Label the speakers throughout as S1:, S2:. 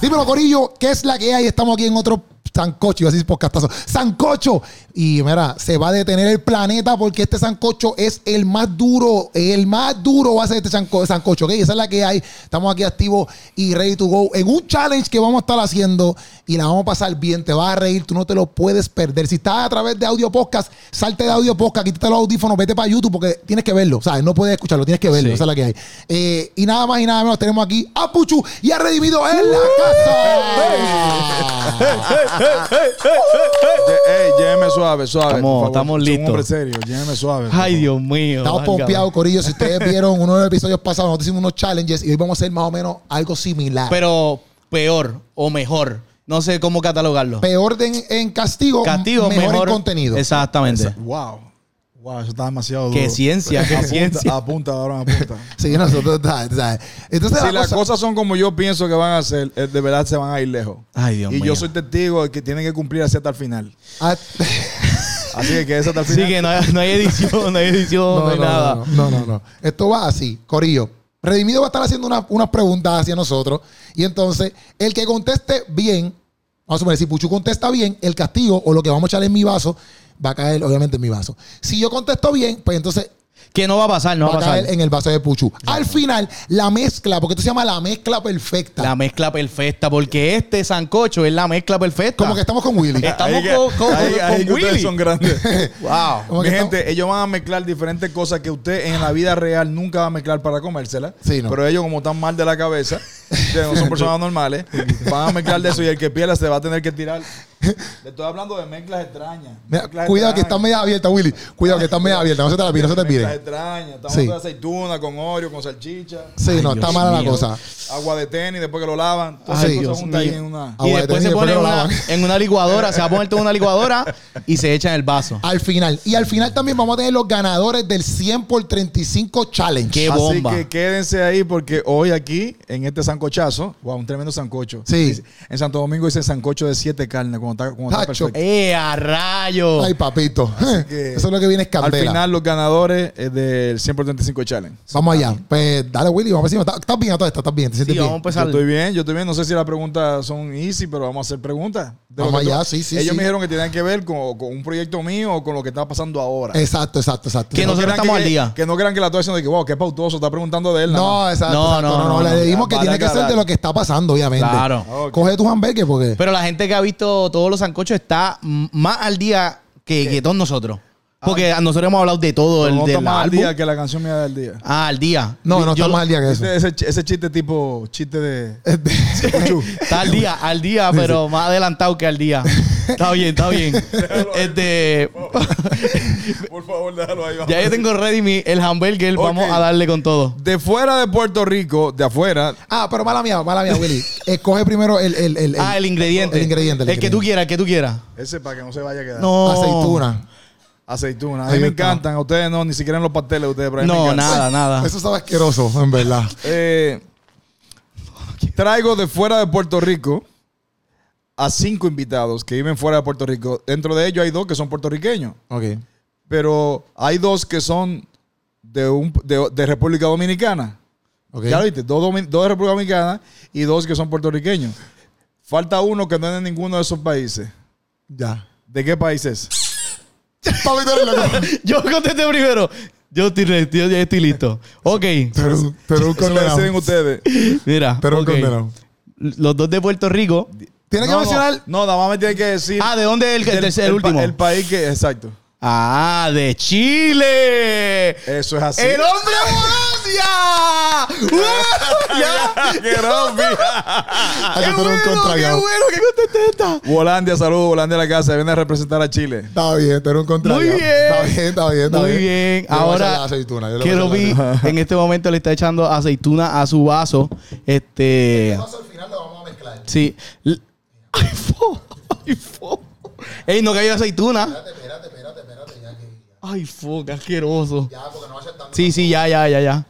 S1: Dímelo, Corillo, ¿qué es la que hay? Estamos aquí en otro sancocho, iba a decir podcastazo. ¡Sancocho! Y mira, se va a detener el planeta porque este sancocho es el más duro, el más duro va a ser este sanco- sancocho, ¿ok? Esa es la que hay. Estamos aquí activos y ready to go en un challenge que vamos a estar haciendo y la vamos a pasar bien. Te vas a reír, tú no te lo puedes perder. Si estás a través de audio podcast, salte de audio podcast, quítate los audífonos, vete para YouTube porque tienes que verlo, ¿sabes? No puedes escucharlo, tienes que verlo,
S2: Sí.
S1: esa es la que hay. Eh, y nada más y nada menos, tenemos aquí a Puchu y a Redimido en
S2: ¡Uh!
S1: la casa.
S3: Ye- Eh, Ey, lléveme suave, suave.
S2: Estamos-
S3: por favor.
S2: estamos
S3: Soy
S2: listos.
S3: Un hombre serio, lléveme suave. por
S2: Ay,
S3: favor.
S2: Dios mío.
S1: Estamos
S2: válgame.
S1: pompeados, Corillo. Si ustedes vieron uno de los episodios pasados, nosotros hicimos unos challenges y hoy vamos a hacer más o menos algo similar.
S2: Pero peor o mejor. No sé cómo catalogarlo.
S1: Peor de- en, castigo,
S2: Castigo,
S1: mejor,
S2: mejor,
S1: en contenido.
S2: Exactamente.
S3: Wow. Wow, eso está demasiado duro.
S2: Qué ciencia, qué
S3: apunta,
S2: ciencia.
S3: Apunta, varón, apunta.
S1: Sí, nosotros, ¿sabes? ¿sabes? Entonces,
S3: si
S1: la
S3: las
S1: cosa-
S3: cosas son como yo pienso que van a ser, eh, de verdad se van a ir lejos.
S2: Ay, Dios
S3: y
S2: mío.
S3: yo soy testigo de que tienen que cumplir así hasta el final.
S1: Ah,
S3: Así que quédese hasta el
S2: Así
S3: final.
S2: que no hay, no hay edición, no hay edición, no, hay nada.
S1: No, no, no, no. Esto va así, Corillo. Redimido va a estar haciendo una- unas preguntas hacia nosotros. Y entonces, el que conteste bien, vamos a suponer, si Puchu contesta bien, el castigo o lo que vamos a echar en mi vaso va a caer, obviamente, en mi vaso. Si yo contesto bien, pues entonces
S2: Que no va a pasar, no va,
S1: va a
S2: a
S1: caer
S2: pasar.
S1: en el vaso de Puchu. Al final, la mezcla, porque esto se llama la mezcla perfecta.
S2: La mezcla perfecta, porque este sancocho es la mezcla perfecta.
S1: Como que estamos con Willy.
S2: estamos
S3: Ahí que-
S2: con, con-
S3: ahí-
S2: con
S3: ahí que ustedes
S2: Willy.
S3: son grandes.
S2: Wow.
S1: Como
S3: Mi
S1: que
S3: gente, ellos van a mezclar diferentes cosas que usted en la vida real nunca va a mezclar para comérselas.
S1: Sí, no.
S3: Pero ellos, como están mal de la cabeza, que no son personas normales, van a mezclar de eso y el que pierda se va a tener que tirar. Le estoy hablando de mezclas extrañas.
S1: Mira,
S3: mezclas
S1: cuidado que está
S3: extrañas,
S1: media abierta, Willy. Cuidado que está media abierta. No se te la pide, no se te
S3: Mezclas
S1: pide.
S3: extrañas. Estamos
S1: Sí.
S3: hablando de aceituna, con oreo, con salchicha,
S1: Sí, no, está
S2: Ay, Dios
S1: mala la
S2: mío.
S1: cosa.
S3: agua de tenis, después que lo lavan. Todas
S1: Ay,
S3: esas
S1: Dios
S3: cosas juntas ahí
S2: mío.
S3: en una.
S1: Ah,
S2: Y
S1: Agua de
S2: después
S1: tenis,
S2: se
S1: después
S2: pone
S1: lo
S2: en una,
S1: lavan.
S2: en una licuadora, se va a poner todo en una licuadora y se echa en el vaso.
S1: Al final. Y al final también vamos a tener los ganadores del 100 por 35 challenge.
S2: Qué
S3: Así
S2: bomba.
S3: que quédense ahí porque hoy aquí, en este sancochazo, wow, un tremendo sancocho.
S1: Sí.
S3: Dice- En Santo Domingo dice sancocho de siete carnes, como está, como está
S1: Tacho.
S3: perfecto.
S2: ¡Eh, a rayo!
S1: Ay, papito.
S3: que-
S1: Eso es lo que viene es
S3: Al
S1: eh, candela.
S3: final, los ganadores eh, del 100 por 35 Challenge.
S1: Vamos allá. Pues dale, Willy, vamos encima. ¿Estás- Estás bien a toda esta, estás bien, te sientes
S2: Sí, vamos a
S1: bien.
S3: Yo
S2: empezar.
S3: estoy bien, yo estoy bien. No sé si las preguntas son easy, pero vamos a hacer preguntas. De lo
S1: Vamos
S3: que tú-
S1: allá, sí, sí,
S3: Ellos
S1: sí.
S3: me dijeron que tenían que ver con, con un proyecto mío o con lo que está pasando ahora.
S1: Exacto, exacto, exacto.
S2: Que
S3: no
S2: nosotros
S3: crean
S2: estamos
S3: que-
S2: al día.
S3: Que no crean que la estoy haciendo de que, wow, qué pautoso, está preguntando de él. nada más.
S1: No, exacto.
S2: No,
S1: exacto.
S2: no,
S1: No, no,
S2: no,
S1: Le
S2: no.
S1: dijimos que
S3: Vale,
S1: tiene que ser
S3: caray.
S1: de lo que está pasando, obviamente.
S2: Claro.
S3: Ah, Ok.
S1: Coge tu hamburger porque.
S2: Pero la gente que ha visto todos los sancochos está m- más al día que, que todos nosotros.
S1: Ah,
S2: Porque nosotros hemos hablado de todo
S3: Pero
S2: el
S3: no
S2: del
S3: está más al
S2: álbum.
S3: día que la canción mía del día.
S2: Ah, al día.
S1: No, no
S2: Yo
S1: está
S2: lo-
S1: más al día que eso.
S3: Ese, ese ch- ese chiste tipo chiste de. Puchu.
S2: Está al día, al día, pero más adelantado que al día. Está bien, está bien. este,
S3: Por favor, déjalo ahí.
S2: ya yo tengo ready mi, el hamburger. Vamos
S3: Ok.
S2: a darle con todo.
S3: De fuera de Puerto Rico, de afuera,
S1: Ah, pero mala mía, mala mía, Willy. Escoge primero el. el, el, el-
S2: ah, el ingrediente.
S1: El ingrediente.
S2: El, que tú quieras, el que tú quieras.
S3: ese para que no se vaya a quedar.
S2: No.
S1: Aceituna.
S3: Aceituna. A mí
S1: Ahí
S3: me
S1: está.
S3: encantan. A ustedes no, ni siquiera en los pasteles ustedes. Pero a mí me
S2: No,
S3: encantan.
S2: nada, nada.
S1: Eso estaba asqueroso, en verdad.
S3: Eh, traigo de fuera de Puerto Rico a cinco invitados que viven fuera de Puerto Rico. Dentro de ellos hay dos que son puertorriqueños,
S1: Ok.
S3: pero hay dos que son de, un, de, de República Dominicana.
S1: Ok.
S3: Ya lo viste, dos, domi- dos de República Dominicana y dos que son puertorriqueños. Falta uno que no es de ninguno de esos países.
S1: Ya.
S3: ¿De qué país es?
S1: Papi, tú eres loco.
S2: Yo contesté primero. Yo estoy ready, yo ya estoy listo. Ok.
S1: Pero, pero un
S3: Eso lo
S1: condenado.
S3: deciden ustedes.
S2: Mira.
S1: Pero un
S2: ok.
S1: condenado.
S2: Los dos de Puerto Rico.
S1: Tiene que
S3: No,
S1: mencionar.
S3: No, no, nada más me tiene que decir.
S2: Ah, ¿de dónde es el, el
S3: del-
S2: tercer- el
S3: el pa-
S2: último?
S3: El país que. Exacto.
S2: ah, de Chile.
S3: Eso es así.
S2: ¡El hombre abogacía! ¡Uh! ¡Ya!
S3: ¡Qué rompi!
S1: Ay,
S2: Ah, ¡Qué
S1: tú
S2: bueno!
S1: eres un
S2: ¡Qué
S1: contrariado.
S2: bueno que contesté esta!
S3: Volandia, saludos, Volandia a la casa. Viene a representar a Chile.
S1: Está bien, tú eres un contrariado.
S2: Muy bien.
S1: Está bien, está bien, está
S2: Muy
S1: bien. Yo
S2: bien.
S1: le voy a echar
S2: Ahora,
S1: la aceituna, yo le voy a
S2: quiero
S1: echar la
S2: vi
S1: aceituna.
S2: en este momento le está echando aceituna a su vaso. Este.
S1: al final lo vamos a mezclar.
S2: Sí. L- ¡Ay, fo! ¡Ay, fo! ¡Ey, no cayó aceituna!
S1: Espérate, espérate, espérate, ya que.
S2: ¡Ay, fo! ¡Qué asqueroso!
S1: Ya, porque no va a ser tanto.
S2: Sí, sí, ya, ya, ya, ya.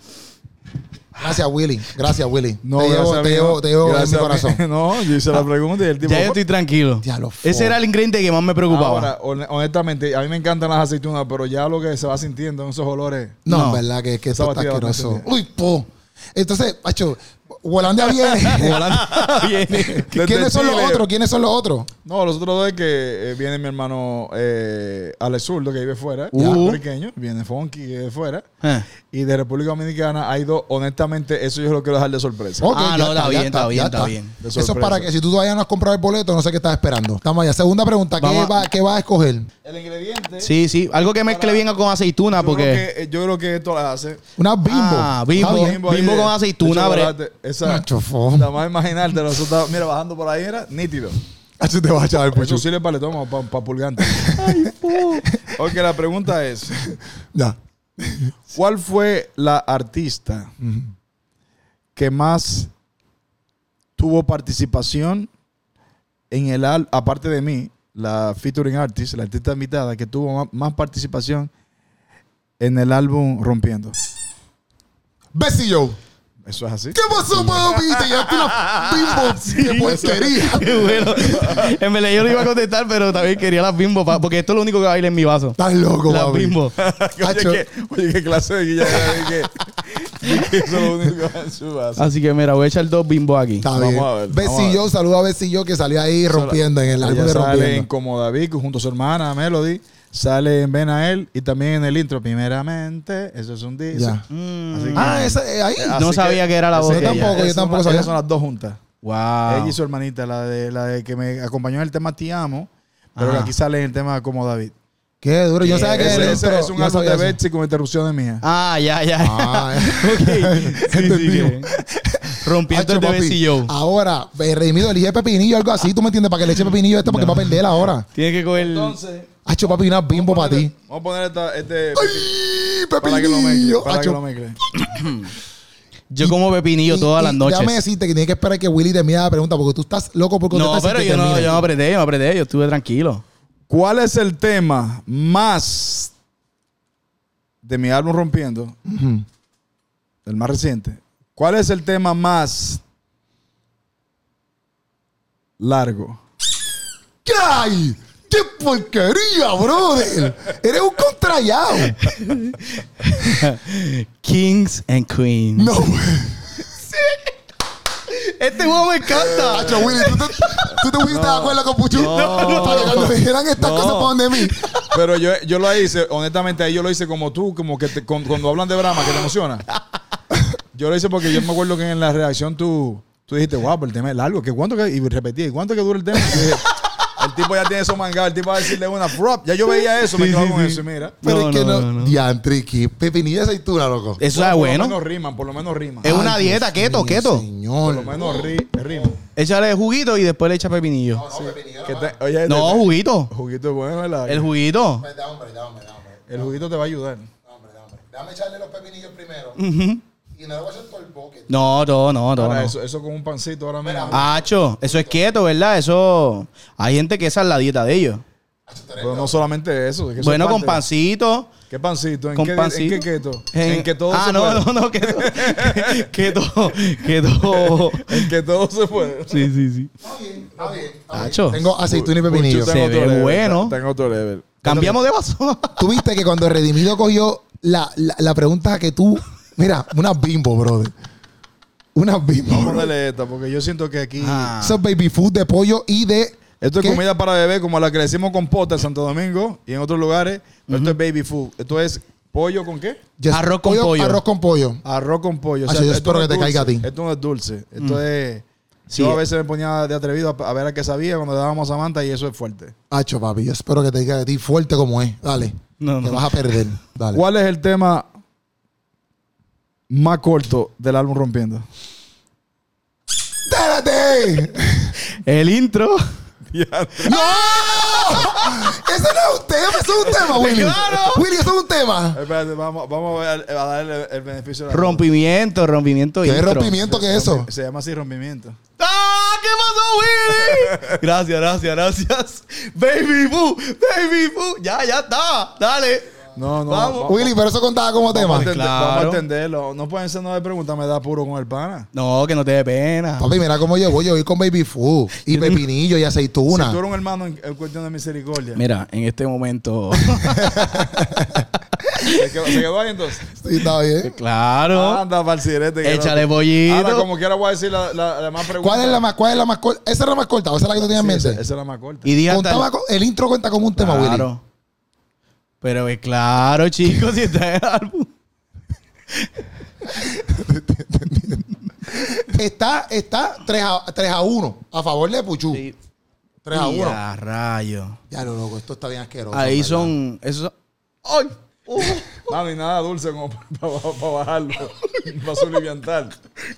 S1: Gracias, Willy. Gracias, Willy.
S3: No,
S1: te llevo,
S3: gracias a
S1: te
S3: mí,
S1: llevo,
S3: no.
S1: te llevo en
S3: Gracias
S1: mi
S3: a mí.
S1: corazón. Ah,
S3: No, yo hice la pregunta y el tipo.
S2: Ya yo estoy tranquilo.
S1: Ya lo fo.
S2: Ese era el ingrediente que más me preocupaba.
S3: Ahora, hon- honestamente, a mí me encantan las aceitunas, pero ya lo que se va sintiendo en esos olores.
S1: No,
S2: No.
S1: en verdad que, que esto
S3: Estaba
S1: está
S3: tirado,
S1: asqueroso.
S3: está
S1: Uy, po. Entonces, macho, Holanda viene.
S2: Viene.
S1: ¿Qui-
S3: Desde
S1: ¿Quiénes son los
S3: Chile.
S1: otros? ¿Quiénes son los otros?
S3: No, los otros dos es que eh, viene mi hermano eh, Alex Zurdo, que vive fuera,
S2: Uh.
S3: puertorriqueño, viene Fonky, que vive fuera,
S2: Ah,
S3: y de República Dominicana hay dos, honestamente, eso yo lo quiero dejar de sorpresa.
S1: Ok,
S2: Ah,
S1: ya
S2: no, está
S1: ya
S2: bien, está
S1: ya
S2: bien, está bien.
S3: De
S1: Eso es para
S3: sorpresa.
S1: que si tú todavía no has comprado el boleto, no sé qué estás esperando. Estamos allá. Segunda pregunta, ¿qué,
S2: Vamos a-
S1: va, qué vas a escoger?
S3: El ingrediente,
S2: Sí, sí. Algo que mezcle bien con aceituna
S3: yo,
S2: porque...
S3: creo que, eh, yo creo que esto la hace. pues,
S1: Una bimbo.
S2: Ah, bimbo.
S1: Está bien.
S2: Bimbo ahí de- con aceituna,
S3: de
S2: bre.
S3: chocolate. Exacto.
S1: Nacho, fo.
S3: Nada más imaginarte, eso está- mira, bajando por ahí era nítido.
S1: Así te vas a echar el
S3: Eso
S1: pucho.
S3: sirve para letoma, para pulgante. ok, la pregunta es,
S1: Ya.
S3: ¿cuál fue la artista que más tuvo participación en el al- aparte de mí, la featuring artist, la artista invitada que tuvo ma- más participación en el álbum Rompiendo?
S1: Bessie Joe.
S3: Eso es así.
S1: ¿Qué pasó, papi? Te llevaste una bimbo de porquería.
S2: Qué bueno. En verdad yo no iba a contestar, pero también quería las bimbo, pa- porque esto es lo único que baila en mi vaso.
S1: Estás loco,
S2: Las
S1: papi.
S2: bimbo.
S3: oye,
S1: Hacho.
S3: ¿qué, oye, qué clase de guilla era, dije, dije, Eso es lo único que su vaso.
S2: Así que mira, voy a echar dos bimbo aquí.
S1: Está
S3: Vamos
S1: bien.
S3: a ver, vamos
S1: Bessie
S3: a ver.
S1: Joe, saluda a Bessie Joe que salió ahí rompiendo en el álbum
S3: Ella
S1: de
S3: sale en
S1: rompiendo.
S3: Como David junto a su hermana Melody. Sale en Ben a él y también en el intro. Primeramente, eso es un disco.
S1: Ya.
S3: Mm. Así que-
S1: Ah, esa, eh, ahí.
S3: Así
S2: No sabía que era la
S3: ese-
S2: voz de
S3: Yo
S2: ella.
S3: tampoco, yo tampoco sabía. son las dos juntas. Ella
S2: Wow.
S3: y su hermanita, la de, la de que me acompañó en el tema Te Amo, pero
S2: Ajá.
S3: que aquí sale en el tema Como David.
S1: Qué duro. Yo
S2: Sí,
S1: sabía que
S3: Ese-
S1: era
S3: ese
S1: dentro,
S3: es un
S1: yo
S3: álbum
S1: sabía
S3: de
S1: eso.
S3: Betsy con interrupciones mías.
S2: Ah, ya, ya.
S1: Ah,
S2: Ok.
S1: Entendimos.
S2: Rompiendo
S1: Hacho,
S2: el de
S1: papi,
S2: Bessie Joe.
S1: Ahora, eh, redimido, elige pepinillo o algo así, ¿tú me entiendes? Para que le eche pepinillo a este porque va a perder ahora.
S2: Tiene que coger.
S3: Entonces,
S1: Hacho, papi, una bimbo para ti.
S3: vamos a poner esta- este
S1: ¡Ay,
S3: para que lo mezcle.
S1: pepinillo!
S3: Para que
S1: Hacho,
S3: lo mezcle.
S2: yo como pepinillo
S1: y-
S2: todas
S1: y
S2: las noches.
S1: Déjame decirte que tienes que esperar que Willy termine la pregunta porque tú estás loco por
S2: No,
S1: contestar sin
S2: pero
S1: que
S2: yo no,
S1: termine.
S2: yo no apreté, yo no apreté, yo estuve tranquilo.
S3: ¿Cuál es el tema más de mi álbum Rompiendo?
S1: Ujú.
S3: El más reciente. ¿Cuál es el tema más largo?
S1: ¿Qué hay? ¡Qué porquería, brother! Eres un contrallado.
S2: Kings and Queens.
S1: No,
S2: Este juego me encanta.
S1: Hacho, Willy, tú te, tú te fuiste de acuerdo con Puchu. Para que cuando dijeran estas
S2: No.
S1: cosas para donde mí.
S3: Pero yo, yo lo hice, honestamente, ahí yo lo hice como tú, como que te- con- cuando hablan de Brahma, que te emociona. Yo lo hice porque yo me acuerdo que en la reacción tú, tú dijiste, guau, pero el tema es largo, que cuánto que, y repetí, "¿Y ¿cuánto que dura el tema? Y yo dije, el tipo ya tiene eso mangado, el tipo va a decirle una frop. Ya yo veía eso, me
S2: Sí,
S3: quedaba
S2: sí,
S3: con
S2: sí.
S3: eso, y mira.
S1: Pero
S2: No,
S1: es que
S2: no,
S1: no.
S2: no, no.
S1: Diantri, que pepinillo de aceituna, loco.
S2: Eso es
S3: Por lo
S2: Ah, bueno.
S3: menos riman, por lo menos riman.
S2: Es una
S1: Ay,
S2: dieta,
S1: Dios
S2: keto,
S1: mío,
S2: keto.
S1: Señor.
S3: Por lo menos ri- riman.
S2: Échale juguito y después le echa pepinillo.
S3: Que te- oye,
S2: No,
S3: te-
S2: juguito.
S3: juguito es bueno, ¿verdad?
S2: El juguito.
S3: El juguito te va a ayudar.
S1: Déjame echarle los pepinillos primero.
S2: Mm.
S1: Y no lo voy a echar todo el pocket.
S2: No, no, no, no.
S3: Ahora,
S2: no.
S3: Eso, eso con un pancito ahora mismo. Ah,
S2: Acho, eso es quieto, ¿verdad? Eso. Hay gente que esa es la dieta de ellos.
S3: Pero no solamente eso. es que eso
S2: Bueno,
S3: es
S2: con
S3: parte
S2: pancito.
S3: de- ¿Qué pancito? ¿En,
S2: con
S3: qué,
S2: pancito.
S3: ¿En qué keto?
S2: En-
S3: En, que todo
S2: ah,
S3: se
S2: no,
S3: puede.
S2: no, no, keto. keto, keto.
S3: En que todo se puede.
S2: Sí, sí, sí.
S1: Está bien, está bien. está bien.
S2: Acho.
S1: Tengo aceituna y pepinillo.
S3: Pucho, tengo
S2: Se
S3: otro
S2: ve
S3: level,
S2: bueno.
S3: Tengo otro level.
S2: Cambiamos de vaso.
S1: Tú viste que cuando Redimido cogió la, la, la pregunta que tú. Mira, unas bimbo, brother. Unas bimbo.
S3: Vamos a
S1: brother.
S3: darle esta porque yo siento que aquí...
S2: Ah.
S1: Eso es baby food de pollo y de.
S3: Esto es
S1: ¿qué?
S3: comida para bebé como la que le decimos compota en Santo Domingo y en otros lugares. Pero Esto es baby food. Esto es pollo con qué?
S1: Yes.
S2: Arroz con pollo.
S1: Arroz con pollo.
S3: Arroz con pollo.
S1: Ah, sí, yo
S3: esto
S1: espero
S3: no es
S1: que te
S3: dulce.
S1: caiga a ti. Mm. eh.
S3: Esto no es dulce. Esto es.
S2: Sí.
S3: Yo a veces me ponía de atrevido a, a ver a qué sabía cuando le dábamos a Samantha y eso es fuerte.
S1: Hacho, papi. Yo espero que te diga de ti fuerte como es. Dale.
S2: No,
S1: Te
S2: no.
S1: vas a perder. Dale.
S3: ¿Cuál es el tema más corto del álbum Rompiendo?
S1: ¡Espérate!
S2: El intro.
S1: ¡No! ¡Ese no es un tema! ¡Eso es un tema, Willy!
S2: ¡Claro!
S1: ¡Willy, eso es un tema!
S3: Espérate, vamos, vamos a, ver- eh, a darle el, beneficio de la
S2: Rompimiento, rompimiento.
S1: ¿Qué
S2: intro.
S1: rompimiento que es eso?
S3: Se llama así rompimiento.
S2: ¡Ah! ¿Qué pasó, Willy? gracias, gracias, gracias. Baby Boo, Baby Boo. Ya, ya está. Dale.
S3: No, no.
S2: Vamos.
S3: va-
S1: Willy, pero eso contaba como tema.
S3: vamos, a entender-
S2: Claro.
S3: vamos a entenderlo. No pueden ser nueve preguntas, me da puro con el pana.
S2: No, que no te dé pena.
S1: Papi, mira cómo yo voy. Yo voy con baby food y pepinillo y aceituna.
S3: Si tú eres
S2: este
S3: un hermano en, en cuestión de misericordia.
S2: Mira, en este momento.
S3: ¿Se quedó, se quedó ahí entonces?
S1: Sí, está bien. Ah,
S2: Claro.
S3: Anda, Valsirete. que
S2: Échale
S3: no-
S2: pollito.
S3: Ahora, como quiera, voy a decir la, la, la más pregunta.
S1: ¿Cuál es la más, cuál es la más corta? ¿Esa es la más corta o esa es la que tú tenías en
S3: Sí,
S1: mente?
S3: esa, esa es la más corta.
S2: Y diga
S1: Contaba con- el intro cuenta como un tema, Willy.
S2: Claro. Pero eh, claro, chicos, si está en el álbum.
S1: Está, está 3 a, 3 a 1 a favor de Puchu. 3 a 1.
S2: Ya, rayo.
S1: Ya lo loco, esto está bien asqueroso.
S2: Ahí
S1: ¿verdad?
S2: son. Esos son- ¡Ay! Uh,
S3: Mami, nada dulce como para bajarlo. para su liviantar.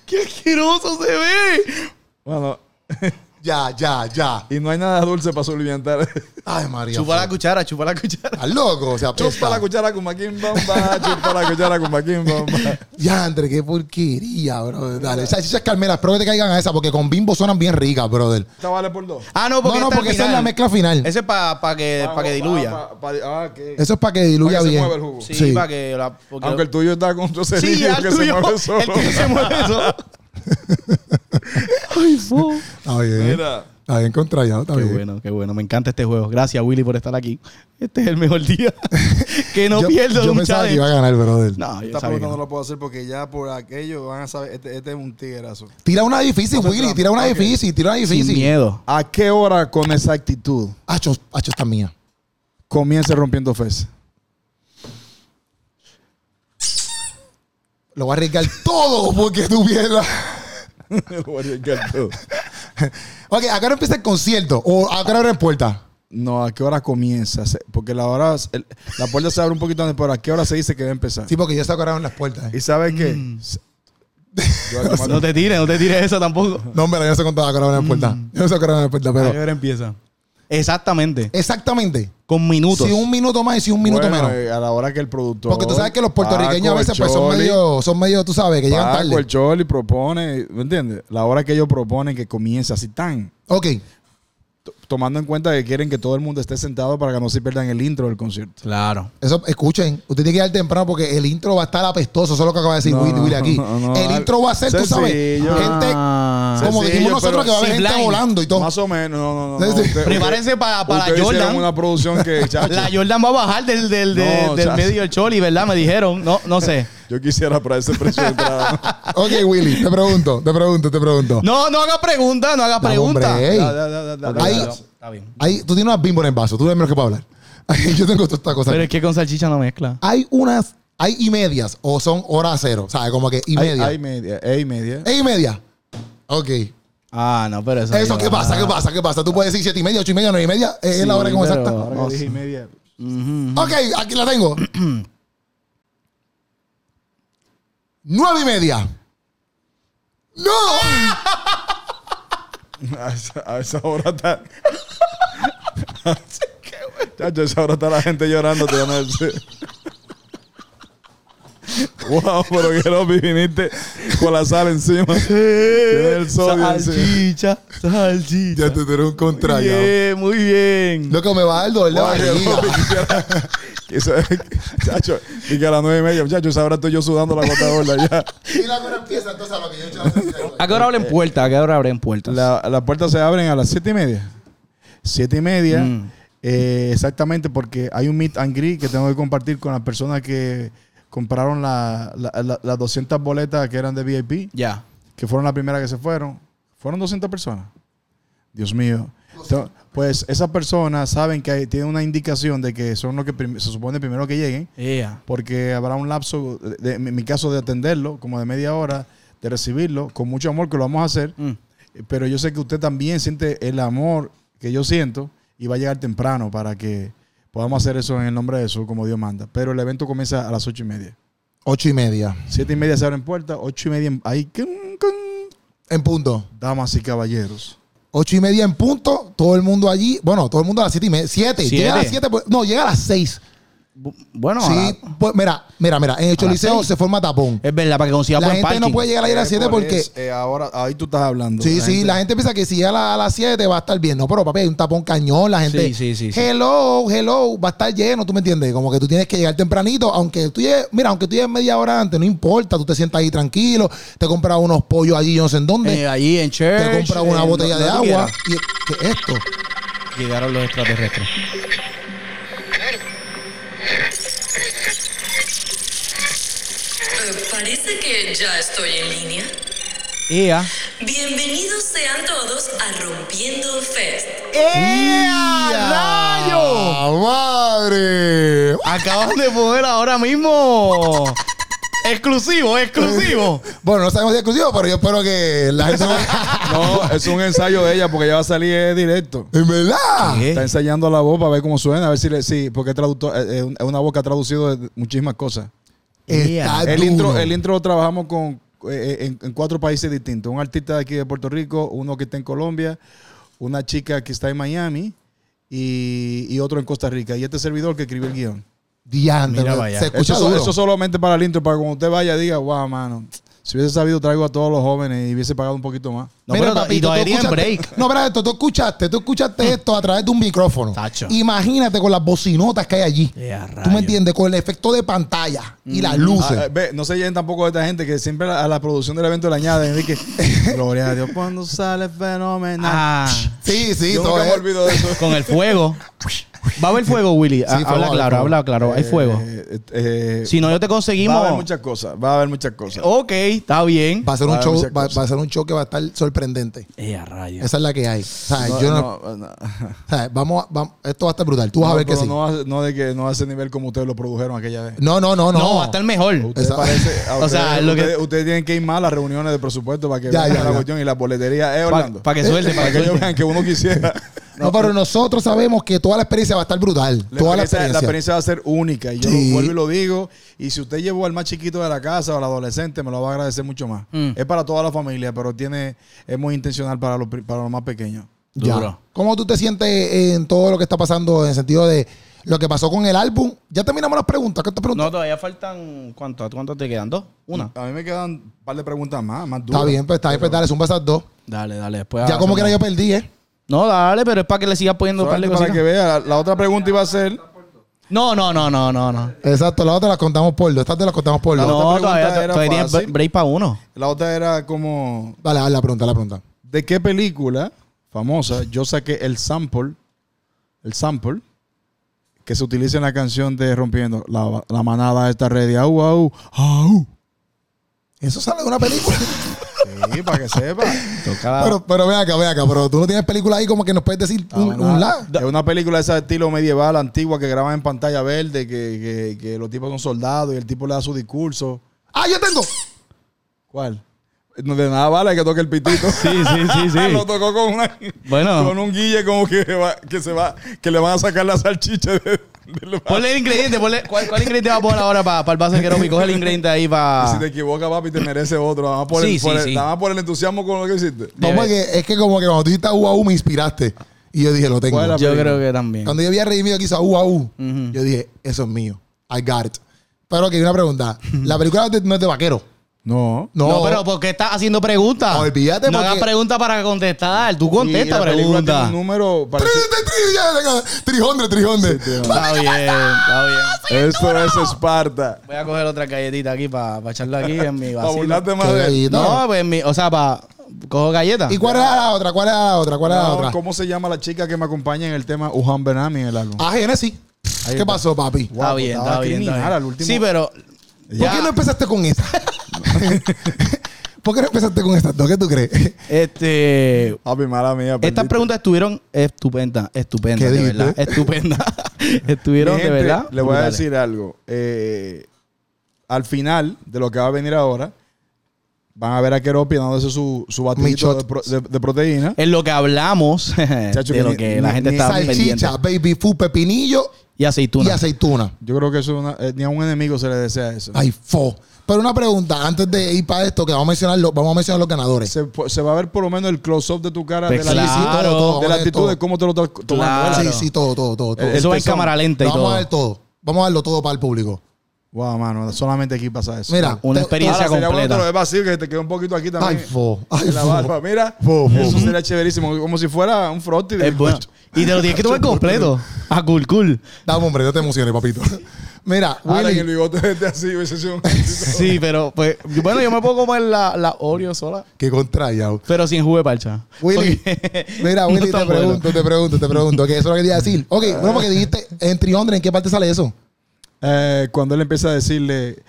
S2: ¡Qué asqueroso se ve!
S3: Bueno,
S1: Ya, ya, ya.
S3: y no hay nada dulce para su liviantar.
S1: Ay, María.
S2: Chupa la
S1: Flor.
S2: cuchara, chupa la cuchara.
S1: Estás loco, o sea,
S3: Chupa la cuchara con Maquín Bomba. Chupa la cuchara con Maquín Bomba.
S1: Ya, André, qué porquería, bro. Dale, salchichas Carmela, espero que te caigan a esa porque con Bimbo suenan bien ricas, brother.
S3: Esta vale por dos. Ah,
S2: Ah, no,
S1: No,
S2: porque,
S1: no,
S2: está al
S1: porque esa es
S2: final.
S1: la mezcla final.
S2: Ese es para que, pa que diluya.
S3: pa- pa- ah, que-
S1: Eso es para que diluya
S3: Para que se
S1: bien.
S3: mueva el jugo.
S2: sí,
S1: sí.
S2: para que la. porque-
S3: Aunque el tuyo está con otro
S2: sí,
S3: cerillo
S2: ya
S3: que
S2: el tuyo,
S3: se mueve solo.
S2: El que se mueve solo.
S1: Está bien.
S3: Mira.
S1: Está bien contrallado, está
S2: Qué
S1: bien.
S2: bueno, qué bueno. Me encanta este juego. Gracias, Willy, por estar aquí. Este es el mejor día que no
S1: yo,
S2: pierdo de
S1: yo
S2: un
S1: pensaba que
S2: challenge.
S1: iba a ganar, brother.
S2: No, yo sabía que
S3: Esta pregunta no
S2: no.
S3: la puedo hacer porque ya por aquello van a saber. Este, este es un tiguerazo.
S1: Tira una difícil,
S3: Entonces,
S1: Willy.
S3: Trump.
S1: Tira una
S3: Ok.
S1: difícil, tira una
S2: Sin
S1: difícil.
S2: miedo.
S3: ¿A qué hora con exactitud
S1: Hacho, hacho está mía.
S3: comienza rompiendo fes?
S1: Lo voy a arriesgar todo porque tú pierdas. Ok, ¿a qué hora empieza el concierto? ¿O a qué hora abren puertas?
S3: No, ¿a qué hora comienza? Se- Porque la hora, el- la puerta se abre un poquito antes, pero ¿a qué hora se dice que va a empezar?
S1: Sí, porque yo sé a qué hora abren las puertas. eh.
S3: ¿Y sabes qué? Se- Yo voy a tomar-
S2: No te tires, no te tires eso tampoco.
S1: No, hombre, yo no sé cuándo a qué hora abren las puertas.
S2: Mm.
S1: Yo no sé a qué hora abren las puertas, pero...
S2: hora empieza? Exactamente.
S1: Exactamente.
S2: Con minutos.
S1: Si un minuto más y si un minuto
S3: Bueno,
S1: menos.
S3: eh, A la hora que el productor.
S1: Porque tú sabes que los puertorriqueños a
S3: Paco,
S1: veces
S3: el
S1: pues, son
S3: Choli,
S1: medio, son medio, tú sabes, que llegan
S3: Paco, el
S1: tarde.
S3: Choli propone, ¿me entiendes? La hora que ellos proponen que comience así tan.
S1: Ok.
S3: t- Tomando en cuenta que quieren que todo el mundo esté sentado para que no se pierdan el intro del concierto.
S2: Claro.
S1: Eso, escuchen, usted tiene que llegar temprano porque el intro va a estar apestoso. Eso es lo que acaba de decir
S3: No,
S1: Willy, Willy aquí.
S3: no, no,
S1: el
S3: al-
S1: intro va a ser, tú sabes,
S3: sencillo.
S1: gente,
S2: Ah.
S1: como dijimos
S3: sencillo,
S1: nosotros,
S3: pero
S1: que va a haber
S2: sin
S1: gente
S2: blind.
S1: volando y todo.
S3: Más o menos, no, no, no. no.
S1: Sí, sí.
S3: Usted-
S2: Prepárense para, para
S3: ustedes
S2: la
S3: hicieron
S2: Jordan.
S3: una producción que, chacho,
S2: La Jordan va a bajar del, del, del-
S3: No,
S2: del
S3: chacho.
S2: medio del choli, ¿verdad? Me dijeron. No, no sé.
S3: yo quisiera para ese precio de entrada.
S1: Ok, Willy, te pregunto, te pregunto, te pregunto.
S2: No, no haga pregunta, no haga
S1: Dame,
S2: pregunta.
S1: hombre, ey.
S3: Da, da, da, da, da,
S1: Ahí-
S3: da.
S2: Está bien.
S1: Hay- tú tienes unas bimbo en el vaso, tú ves menos que para hablar. Yo tengo todas estas cosas.
S2: Pero es que con salchicha no mezcla.
S1: Hay unas, hay y medias o son hora cero, ¿sabes? Como que y
S3: Hay-
S1: media.
S3: Hay media. eh, Hay media.
S1: ¿Es y media? Ok.
S2: Ah, no, pero eso.
S1: ¿Eso qué pasa? ¿Qué pasa? ¿Qué pasa? Tú puedes decir siete y media, ocho y media, nueve y media. Es
S2: Sí,
S1: la hora como
S2: pero-
S1: exacta.
S3: Ahora que dije media.
S1: Ok, aquí la tengo. Nueve y media. ¡No!
S3: A esa, a esa hora está. Chacho, a esa hora está la gente llorando, te van a decir. Wow, pero que Lopi viniste con la sal encima. Tiene el sodio encima.
S2: Salchicha, salchicha.
S1: Ya te tengo un
S2: Muy
S1: contrario.
S2: bien, muy bien.
S1: Loco, me va a dar dolor de
S3: Wow, que
S1: barriga.
S3: Lopi quisiera- quisiera- Chacho, y que a las nueve y media, muchachos, esa hora estoy yo sudando la gota gorda ya.
S1: Y la hora empieza, entonces a lo que yo he hecho.
S2: ¿A qué hora abren puertas? ¿A qué hora abren puertas?
S3: La- Las puertas se abren a las siete y media. Siete y media.
S2: Mm.
S3: eh, exactamente, porque hay un meet and greet que tengo que compartir con las personas que compraron la- la- la- las 200 boletas que eran de VIP,
S2: Ya.
S3: que fueron las primeras que se fueron. Fueron 200 personas. Dios mío. Entonces, pues esas personas saben que hay- tienen una indicación de que son los que prim- se supone primero que lleguen
S2: Yeah.
S3: porque habrá un lapso, de- de- en mi caso, de atenderlo, como de media hora, de recibirlo, con mucho amor que lo vamos a hacer,
S2: Mm.
S3: pero yo sé que usted también siente el amor que yo siento y va a llegar temprano para que podamos hacer eso en el nombre de Jesús, como Dios manda. Pero el evento comienza a las ocho y media.
S1: Ocho y media.
S3: Siete y media se abren puertas, ocho y media en- ahí, cun, cun.
S1: En punto.
S3: damas y caballeros.
S1: Ocho y media en punto. Todo el mundo allí. Bueno, todo el mundo a las siete y media. Siete.
S2: Siete.
S1: Llega a las siete. pues, No, llega a las seis.
S2: Bu- Bueno,
S1: sí.
S2: a-
S1: Pues, mira, mira, mira. En el Choliseo
S2: seis.
S1: se forma tapón.
S2: es verdad, para que consiga
S1: La
S2: buen
S1: gente
S2: parking.
S1: no puede llegar allí a las siete
S3: Eh, por
S1: porque...
S3: es- eh, ahora, ahí tú estás hablando.
S1: Sí, sí, la gente piensa que si llega a la- a las 7 va a estar bien. No, pero papi, hay un tapón cañón, la gente.
S2: Sí, sí, sí, sí.
S1: Hello, hello, va a estar lleno, tú me entiendes. Como que tú tienes que llegar tempranito, aunque tú llegues, mira, aunque tú llegues media hora antes, no importa, tú te sientas ahí tranquilo, te compras unos pollos allí, yo no sé en dónde,
S2: Eh, allí en Church.
S1: te compras una
S2: en
S1: botella
S2: donde
S1: de
S2: tú
S1: agua.
S2: quieras.
S1: Y, ¿Qué es esto?
S2: Llegaron los extraterrestres.
S4: Parece que ya estoy en línea.
S2: Ea.
S4: Bienvenidos sean todos a Rompiendo Fest.
S1: ¡Eh,
S2: ¡Eh, ¡Ea! ¡Rayo!
S1: ¡Ah, madre!
S2: Acaban de poner ahora mismo. Exclusivo, exclusivo.
S1: Bueno, no sabemos si es exclusivo, pero yo espero que la gente no...
S3: No, es un ensayo de ella porque ella va a salir eh, directo.
S1: ¡En verdad!
S2: ¿Qué?
S3: Está ensayando la voz para ver cómo suena, a ver si le. Sí, porque es traductor- eh, eh, un- es una voz que ha traducido de muchísimas cosas.
S1: Está
S3: El intro,
S1: duro.
S3: el intro lo trabajamos con, eh, en, en cuatro países distintos. Un artista de aquí de Puerto Rico, uno que está en Colombia, una chica que está en Miami y, y otro en Costa Rica. Y este servidor que escribió el guión.
S1: Diantre,
S2: Mira, vaya.
S1: se escucha
S3: Eso,
S1: duro.
S3: eso solamente para el intro, para cuando usted vaya diga, wow, mano, si hubiese sabido traigo a todos los jóvenes y hubiese pagado un poquito más.
S2: No, pero to- y
S1: tú
S2: todavía en
S1: escuchaste-
S2: break.
S1: No, pero esto, tú escuchaste, tú escuchaste esto a través de un micrófono.
S2: Tacho.
S1: Imagínate con las bocinotas que hay allí.
S2: Ea,
S1: ¿Tú
S2: rayo.
S1: me entiendes? Con el efecto de pantalla y las
S3: Ah,
S1: luces.
S3: eh, ve, no se llenen tampoco de esta gente que siempre a la producción del evento le añaden, Enrique, gloria a Dios cuando sale fenomenal.
S2: Ah,
S1: sí, sí,
S3: Yo
S1: eso
S3: nunca me
S1: es.
S3: olvido de eso.
S2: con el fuego. Va a haber fuego, Willy. Ah,
S1: Sí, fuego,
S2: habla
S1: hay
S2: claro,
S1: fuego.
S2: habla claro. Hay fuego.
S3: Eh, eh, eh,
S2: Si no, yo te
S3: Va a haber
S2: conseguimos.
S3: muchas cosas, va a haber muchas cosas.
S2: Ok, está bien.
S1: Va a ser
S3: Va
S1: un
S3: a
S1: show,
S3: haber muchas
S1: va,
S3: cosas.
S1: va a ser un show que va a estar sorprendente.
S2: Ea, rayo.
S1: Esa es la que hay. O sea,
S3: No,
S1: yo no-
S3: no, no.
S1: o sea, vamos, a- vamos- esto va a estar brutal. Tú vas a ver que
S3: pero
S1: sí.
S3: no, hace- no de que no hace nivel como ustedes lo produjeron aquella vez.
S1: No, no, no, no.
S2: No, va a estar mejor.
S3: Ustedes
S1: Esa-
S3: parece- a
S2: O sea,
S3: ustedes-
S2: lo que-
S3: ustedes- ustedes tienen que ir más a las reuniones de presupuesto para que
S1: Ya,
S3: vean
S1: ya,
S3: la
S1: ya.
S3: cuestión y la boletería. Eh,
S2: Para
S3: Orlando.
S2: que suelte, para
S3: para
S2: que
S3: que ellos
S2: suelte.
S3: vean que uno quisiera.
S1: No, pero nosotros sabemos que toda la experiencia va a estar brutal.
S3: La
S1: toda
S3: experiencia, la experiencia va a ser única. Y yo
S1: Sí.
S3: lo vuelvo y lo digo. Y si usted llevó al más chiquito de la casa o al adolescente, me lo va a agradecer mucho más.
S2: Mm.
S3: Es para toda la familia, pero tiene, es muy intencional para los, pri- para los más pequeños.
S1: Ya.
S2: Duro.
S1: ¿Cómo tú te sientes eh, en todo lo que está pasando en el sentido de lo que pasó con el álbum? Ya terminamos las preguntas. ¿Qué te preguntas?
S2: No, todavía faltan. ¿Cuánto, cuánto te quedan? ¿Dos? ¿Una?
S3: A mí me quedan un par de preguntas más, más duras.
S1: está bien, pues está bien, pues dale, zumba esas dos.
S2: Dale, dale. Después
S1: ya como
S2: hacemos-
S1: quiera yo perdí, ¿eh?
S2: No, dale, pero es para que le sigas poniendo
S3: Solamente
S2: par de
S3: para que
S2: cositas.
S3: vea, la, la otra pregunta iba a ser.
S2: No, no, no, no, no. No,
S1: Exacto, las otras las contamos por dos. Estas te las contamos por dos.
S3: otra
S2: no
S3: pregunta
S2: todavía,
S3: era
S2: todavía tienes
S3: fácil.
S2: break para uno.
S3: La otra era como.
S1: Dale, haz la pregunta, haz la pregunta.
S3: ¿De qué película famosa yo saqué el sample? El sample que se utiliza en la canción de Rompiendo. La, la manada está ready. Au, au, au.
S1: Eso sale de una película.
S3: Sí, para que sepa.
S2: Toca
S1: pero, pero ven acá, ven acá. Pero tú no tienes película ahí como que nos puedes decir
S3: La
S1: un,
S3: manada.
S1: un lado.
S3: Es una película de ese estilo medieval, antigua, que graban en pantalla verde, que, que- que los tipos son soldados y el tipo le da su discurso.
S1: ¡Ah, yo tengo!
S3: ¿Cuál? No, De nada vale que toque el pitito. Ah,
S2: Sí, sí, sí, sí.
S3: Lo tocó con, una-
S2: Bueno.
S3: con un guille como que, va- que se va, que le van a sacar la salchicha de, del
S2: Ponle el ingrediente, ponle, ¿cuál, cuál ingrediente va a poner ahora para el vaso que Coge el ingrediente ahí
S3: Y Ah, si te
S2: para.
S3: equivocas, papi, te merece otro. Nada más por,
S2: ah. Sí,
S3: el, por
S2: sí,
S3: el-
S2: sí.
S3: nada más por el entusiasmo con lo que hiciste.
S1: Vamos a que, es que como que cuando tú dijiste UAU me inspiraste. Y yo dije, lo tengo.
S3: ¿Cuál es la
S2: Yo creo que también.
S1: Cuando yo había redimido que hizo au, au, yo dije, eso es mío. I got it. Pero que hay una pregunta. La película de- no es de vaquero.
S3: No.
S1: No,
S2: No, pero ¿por qué estás haciendo preguntas?
S1: Olvídate,
S2: No hagas
S1: porque-
S2: preguntas para contestar. Tú
S3: Y la
S2: contesta
S3: película tiene
S2: preguntas.
S3: un número parecido.
S1: Trijonde, trijonde.
S2: Está bien, está bien.
S3: Esto es Esparta.
S2: Voy a coger otra galletita aquí para echarla aquí en mi
S3: Para
S2: vasito.
S3: burlarte más
S1: Qué
S3: de
S1: gallito.
S2: No, pues en mi, o sea, para cojo galleta.
S1: ¿Y cuál era la otra? ¿Cuál era la otra? ¿Cuál era la
S3: No,
S1: otra?
S3: ¿Cómo se llama la chica que me acompaña en el tema Uhan Benami en el álbum?
S1: Ah, Genesis.
S3: Ahí
S1: ¿Qué
S3: está.
S1: pasó, papi?
S2: Está
S3: Guapo,
S2: bien,
S3: estaba
S2: está bien, está
S3: criminal
S2: bien.
S3: al último.
S2: Sí, pero
S1: ¿Por qué no empezaste con esa? ¿Por qué no empezaste con estas dos? ¿Qué tú crees?
S2: este
S3: Papi, mala mía.
S2: estas
S3: perdiste.
S2: preguntas estuvieron estupendas, estupendas,
S1: ¿Qué
S2: de
S1: dijiste?
S2: verdad, estupendas.
S3: Mi
S2: estuvieron de
S3: gente,
S2: verdad.
S3: Le voy a
S2: brutales.
S3: decir algo. Eh, al final de lo que va a venir ahora, van a ver a Keropi dándose su, su batidito
S1: shot.
S3: de, pro- de- de proteína.
S2: en lo que hablamos
S3: Chacho,
S2: de
S3: que
S2: lo
S3: ni-
S2: que
S3: ni-
S2: la gente
S3: ni
S2: está pendiente
S1: Salchicha, baby food, pepinillo
S2: y
S1: y
S2: aceituna.
S1: aceituna.
S3: Yo creo que eso es una- eh, ni a un enemigo se le desea eso.
S1: Ay, fo. Pero una pregunta, antes de ir para esto, que vamos a mencionar los, vamos a mencionar los
S2: eh.
S1: ganadores.
S3: se, po- se va a ver por lo menos el close-up de tu cara,
S2: Pues
S3: de la,
S2: claro. todo,
S3: actitud-
S2: todo,
S3: de la
S1: vamos a ver
S3: actitud
S1: todo.
S3: de cómo te lo estás tomando.
S2: Claro.
S1: Sí, sí, todo, todo, todo. todo.
S3: El-
S2: Eso va en
S3: pezón.
S2: cámara lenta y
S1: Lo vamos
S2: todo.
S1: a ver todo. Vamos a darlo todo para el público.
S3: Wow, mano, solamente aquí pasa eso.
S1: Mira,
S2: Una
S1: te-
S2: experiencia
S3: Ahora sería bueno
S2: completa.
S3: te lo ves vacío que te quedó un poquito aquí
S1: Ay,
S3: también.
S1: fo. Ay,
S3: en la
S1: fo.
S3: barba, mira.
S1: Fo, fo.
S3: Eso sería chéverísimo, como si fuera un frotti de
S2: Es bueno. Y te lo tienes que tomar completo. A cool cool.
S1: Dame, hombre, no te emociones, papito. Mira,
S3: Ahora en
S1: Willy,
S3: el bigote de este así hubiese sido un
S2: Sí, pero pues yo- bueno, yo me puedo comer la, la Oreo sola,
S1: qué contrayao.
S2: pero sin jugo de parcha.
S1: Willy,
S2: Porque-
S1: mira,
S2: no
S1: Willy,
S2: está
S1: te
S2: bueno.
S1: pregunto, te pregunto, te pregunto, que eso es lo que quería decir. Ok, bueno, porque dijiste en Triondre, ¿en qué parte sale eso?
S3: Eh, cuando él empieza a decirle,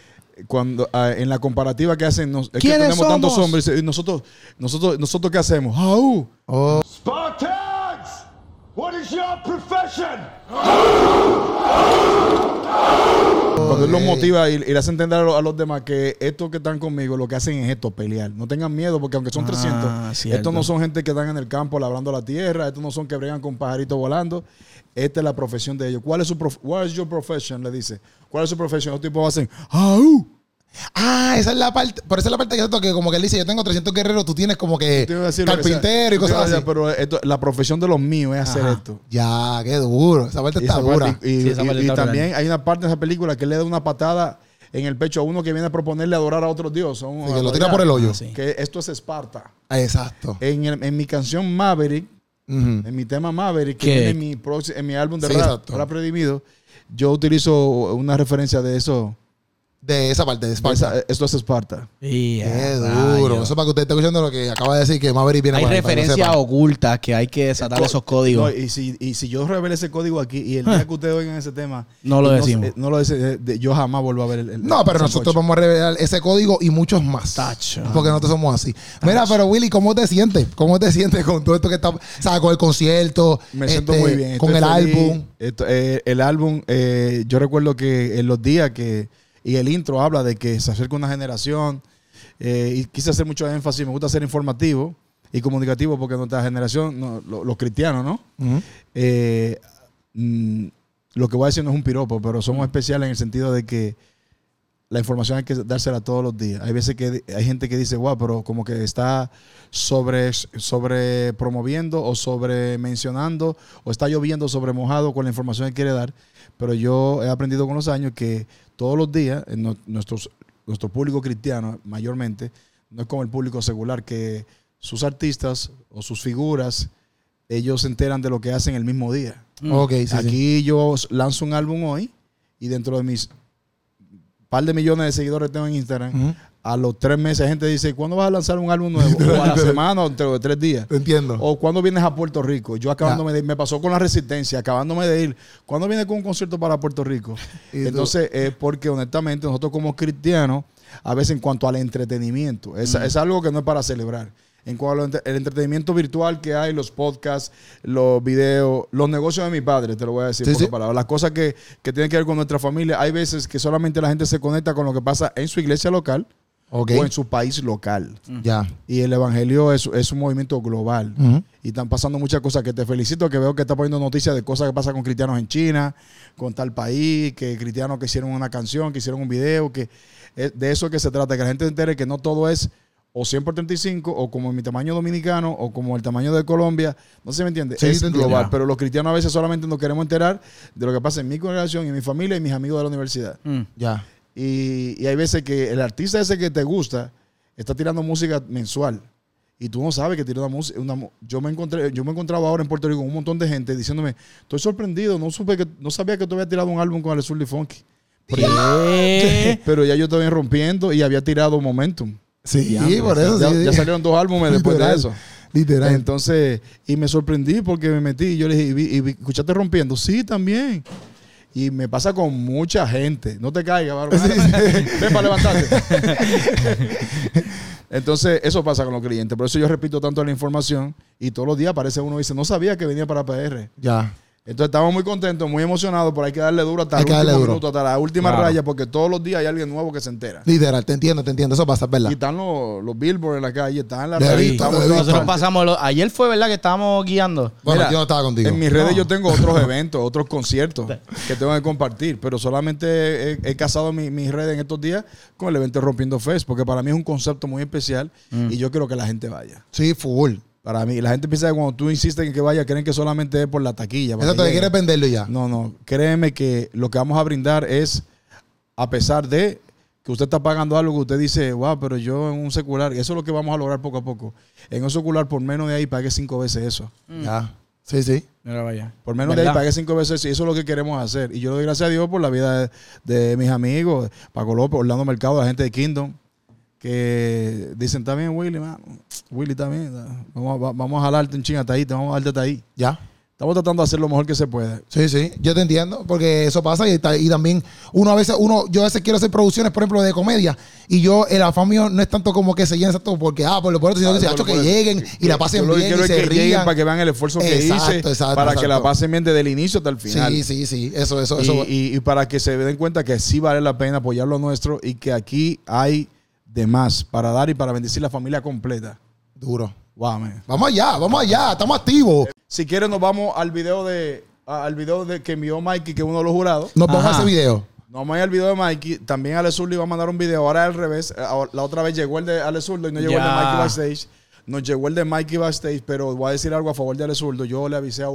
S3: cuando ah, en la comparativa que hacen, nos, es que
S1: ¿Quiénes
S3: tenemos tantos
S1: somos?
S3: hombres y nosotros, nosotros, nosotros qué hacemos? Ah, uh,
S5: Spartans! What is your profession?
S3: Cuando él los motiva y, y le hace entender a lo- a los, demás que estos que están conmigo lo que hacen es esto, pelear. No tengan miedo porque aunque son
S2: Ah,
S3: 300,
S2: cierto.
S3: estos no son gente que están en el campo labrando la tierra, estos no son que bregan con pajaritos volando. Esta es la profesión de ellos. ¿Cuál es su prof- what is your profession? Le dice. ¿Cuál es su profesión? Los tipos hacen, "Ah, uh".
S1: Ah, esa es la parte. Por esa es la parte que yo que como que él dice, yo tengo 300 guerreros, tú tienes como que
S3: Te iba a decir lo que sea.
S1: carpintero y
S3: Te iba a
S1: cosas
S3: decir,
S1: así.
S3: Pero esto- la profesión de los míos es hacer
S1: Ajá.
S3: esto.
S1: Ya, qué duro. Esa parte
S3: Y
S1: está
S3: esa
S1: dura.
S3: parte- y-
S2: Sí, esa
S3: y-
S2: parte
S3: y
S2: está brutal.
S3: también hay una parte de esa película que le da una patada en el pecho a uno que viene a proponerle adorar a otro dios. a un-
S1: Sí, que lo
S3: a-
S1: tira por el hoyo.
S2: Ah, sí.
S3: Que esto es Esparta.
S1: Ah, Exacto.
S3: En, el- en mi canción Maverick,
S1: Ujú.
S3: en mi tema Maverick, que
S2: ¿Qué?
S3: viene en mi, proxi- en mi álbum de
S1: Sí,
S3: rap,
S1: exacto.
S3: Rap Redimido, yo utilizo una referencia de eso.
S1: De esa parte de
S3: de
S1: Esparta.
S3: esa- esto es Esparta.
S2: Y,
S1: Qué
S2: ah,
S1: duro.
S2: rayo.
S1: Eso para que usted esté escuchando lo que acaba de decir que Maverick viene
S2: Hay
S1: para- para que lo
S2: referencias
S1: sepa.
S2: ocultas que hay que desatar esos códigos.
S3: No, y, si, y si yo revelo ese código aquí y el día que ustedes oigan ese tema,
S2: Ah. No lo
S3: y
S2: decimos.
S3: eh, No, lo dice- eh, de- yo jamás vuelvo a ver el. el-
S1: No, pero
S3: el
S1: nosotros
S3: sancocho.
S1: vamos a revelar ese código y muchos más.
S2: Tacho.
S1: Porque nosotros somos así. Mira, pero Willy, ¿cómo te sientes? ¿Cómo te sientes con todo esto que está, o sea, con el concierto?
S3: Me siento
S1: este,
S3: muy bien.
S1: Con el
S3: estoy feliz.
S1: álbum.
S3: Esto- eh, el álbum, eh, yo recuerdo que en los días que. Y el intro habla de que se acerca una generación. eh, y quise hacer mucho énfasis. Me gusta ser informativo y comunicativo porque nuestra generación, no, lo- los cristianos, ¿no?
S1: Ujú.
S3: Eh, mm, lo que voy a decir no es un piropo, pero somos especiales en el sentido de que la información hay que dársela todos los días. Hay veces que hay gente que dice, wow, pero como que está sobre, sobre promoviendo o sobre mencionando o está lloviendo sobre mojado con la información que quiere dar. Pero yo he aprendido con los años que todos los días en nu- nuestros, nuestro público cristiano mayormente no es como el público secular que sus artistas o sus figuras ellos se enteran de lo que hacen el mismo día.
S1: Mm. Ok, sí, sí.
S3: Aquí yo s- lanzo un álbum hoy y dentro de mis par de millones de seguidores que tengo en Instagram,
S1: Ujú.
S3: a los tres meses la gente dice, ¿cuándo vas a lanzar un álbum nuevo? o a la semana o dentro de tres días.
S1: Te entiendo.
S3: O cuando vienes a Puerto Rico. Yo acabándome de ir, me pasó con la resistencia, acabándome de ir. ¿Cuándo vienes con un concierto para Puerto Rico?
S1: Y tú-
S3: Entonces, es porque honestamente nosotros como cristianos, a veces en cuanto al entretenimiento, es, es algo que no es para celebrar. En cuanto al entre- el entretenimiento virtual que hay, los podcasts, los videos, los negocios de mi padre, te lo voy a decir
S1: Sí,
S3: por
S1: sí.
S3: la palabra. Las cosas que, que tienen que ver con nuestra familia. Hay veces que solamente la gente se conecta con lo que pasa en su iglesia local
S1: ok.
S3: o en su país local.
S1: Ya. Mm.
S3: Y el evangelio es, es un movimiento global.
S1: Ujú.
S3: Y están pasando muchas cosas que te felicito, que veo que está poniendo noticias de cosas que pasan con cristianos en China, con tal país, que cristianos que hicieron una canción, que hicieron un video, que eh, de eso es que se trata, que la gente entere que no todo es o 100 por 35, o como mi tamaño dominicano, o como el tamaño de Colombia, no se me entiende,
S1: Sí,
S3: es
S1: te entiendo.
S3: global,
S1: Ya.
S3: pero los cristianos a veces solamente nos queremos enterar de lo que pasa en mi congregación, y en mi familia, y mis amigos de la universidad.
S2: Mm.
S1: Ya.
S3: Y, y hay veces que el artista ese que te gusta está tirando música mensual. Y tú no sabes que tira una música. una mu- yo me encontré, yo me encontraba ahora en Puerto Rico con un montón de gente diciéndome, estoy sorprendido, no supe que, no sabía que tú habías tirado un álbum con el Surly Funky. Pero,
S2: ¿Qué?
S3: pero ya yo estaba bien rompiendo y había tirado Momentum.
S1: Sí,
S2: Ya,
S1: por eso.
S3: Ya,
S1: sí,
S3: ya
S1: sí.
S3: salieron dos álbumes después de
S1: Literal.
S3: eso.
S1: Literal.
S3: Entonces, y me sorprendí porque me metí y yo le dije, ¿y, vi- y vi- escuchaste rompiendo? Sí, también. Y me pasa con mucha gente. No te caigas, bárbaro. Ven para levantarte. Entonces, eso pasa con los clientes. Por eso yo repito tanto la información y todos los días aparece uno y dice, no sabía que venía para PR.
S1: ya.
S3: Entonces, estamos muy contentos, muy emocionados, pero hay que darle duro hasta
S1: Hay
S3: el
S1: que darle
S3: último
S1: duro.
S3: minuto, hasta la última
S2: Claro.
S3: raya, porque todos los días hay alguien nuevo que se entera.
S1: Literal, te entiendo, te entiendo. Eso pasa, es ¿verdad?
S3: Y están los, los billboards en la calle, están las
S1: De
S3: revistas.
S1: vista,
S3: estamos
S1: de
S3: en todas
S1: vista.
S2: Nosotros
S3: partes.
S2: pasamos. lo- ayer fue, ¿verdad? Que estábamos guiando.
S1: Bueno,
S3: Mira,
S1: yo no estaba contigo.
S3: En mis redes yo tengo otros eventos, otros conciertos que tengo que compartir, pero solamente he, he casado mi- mis redes en estos días con el evento Rompiendo Fest, porque para mí es un concepto muy especial
S1: Mm.
S3: y yo quiero que la gente vaya.
S1: Sí, full.
S3: Para mí, la gente piensa que cuando tú insistes en que vaya, creen que solamente es por la taquilla. para
S1: Eso
S3: que
S1: te
S3: llegue.
S1: quieres venderlo ya.
S3: No, no, créeme que lo que vamos a brindar es, a pesar de que usted está pagando algo que usted dice, wow, pero yo en un secular, eso es lo que vamos a lograr poco a poco. En un secular, por menos de ahí, pague cinco veces eso.
S1: Ya. Sí, sí.
S2: Mira, vaya.
S3: Por menos de
S2: ¿Verdad?
S3: ahí pagué cinco veces y eso es lo que queremos hacer. Y yo le doy gracias a Dios por la vida de, de mis amigos, Paco López, Orlando Mercado, la gente de Kingdom, que dicen, está bien Willy, mano. Willy está bien. está- Vamos a, va- vamos a jalarte un ching hasta ahí, te vamos a darte hasta ahí.
S1: Ya.
S3: Estamos tratando de hacer lo mejor que se puede.
S1: Sí, sí, yo te entiendo, porque eso pasa y, ta- y también uno a veces, uno, yo a veces quiero hacer producciones, por ejemplo, de comedia, y yo, el afán mío no es tanto como que se llenen exacto, porque, ah, por lo pronto, sino
S3: Ah,
S1: que, se-
S3: por-
S1: hacho, que
S3: por-
S1: lleguen y la
S3: Yo
S1: pasen
S3: lo que
S1: bien
S3: quiero
S1: y
S3: es
S1: se
S3: que lleguen
S1: rían.
S3: para que vean el esfuerzo que
S1: Exacto,
S3: hice,
S1: exacto,
S3: para que la
S1: exacto.
S3: pasen bien desde el inicio hasta el final.
S1: Sí, sí, sí, eso, eso,
S3: y,
S1: eso.
S3: y- y para que se den cuenta que sí vale la pena apoyar lo nuestro y que aquí hay de más para dar y para bendecir la familia completa.
S1: duro.
S3: Wow, man.
S1: Vamos allá, vamos allá, estamos activos.
S3: Si quieren nos vamos al video de a- al video de que envió Mikey, que es uno de los jurados.
S1: Nos vamos a
S2: Ajá.
S1: ese video.
S3: No me el video de Mikey. También Ale Zurdo iba a mandar un video. Ahora al revés. Eh, ahora- La otra vez llegó el de Ale Zurdo y no llegó el de
S2: Ya.
S3: Mikey Backstage. Nos llegó el de Mikey Backstage, pero voy a decir algo a favor de Ale Zurdo. Yo le avisé a,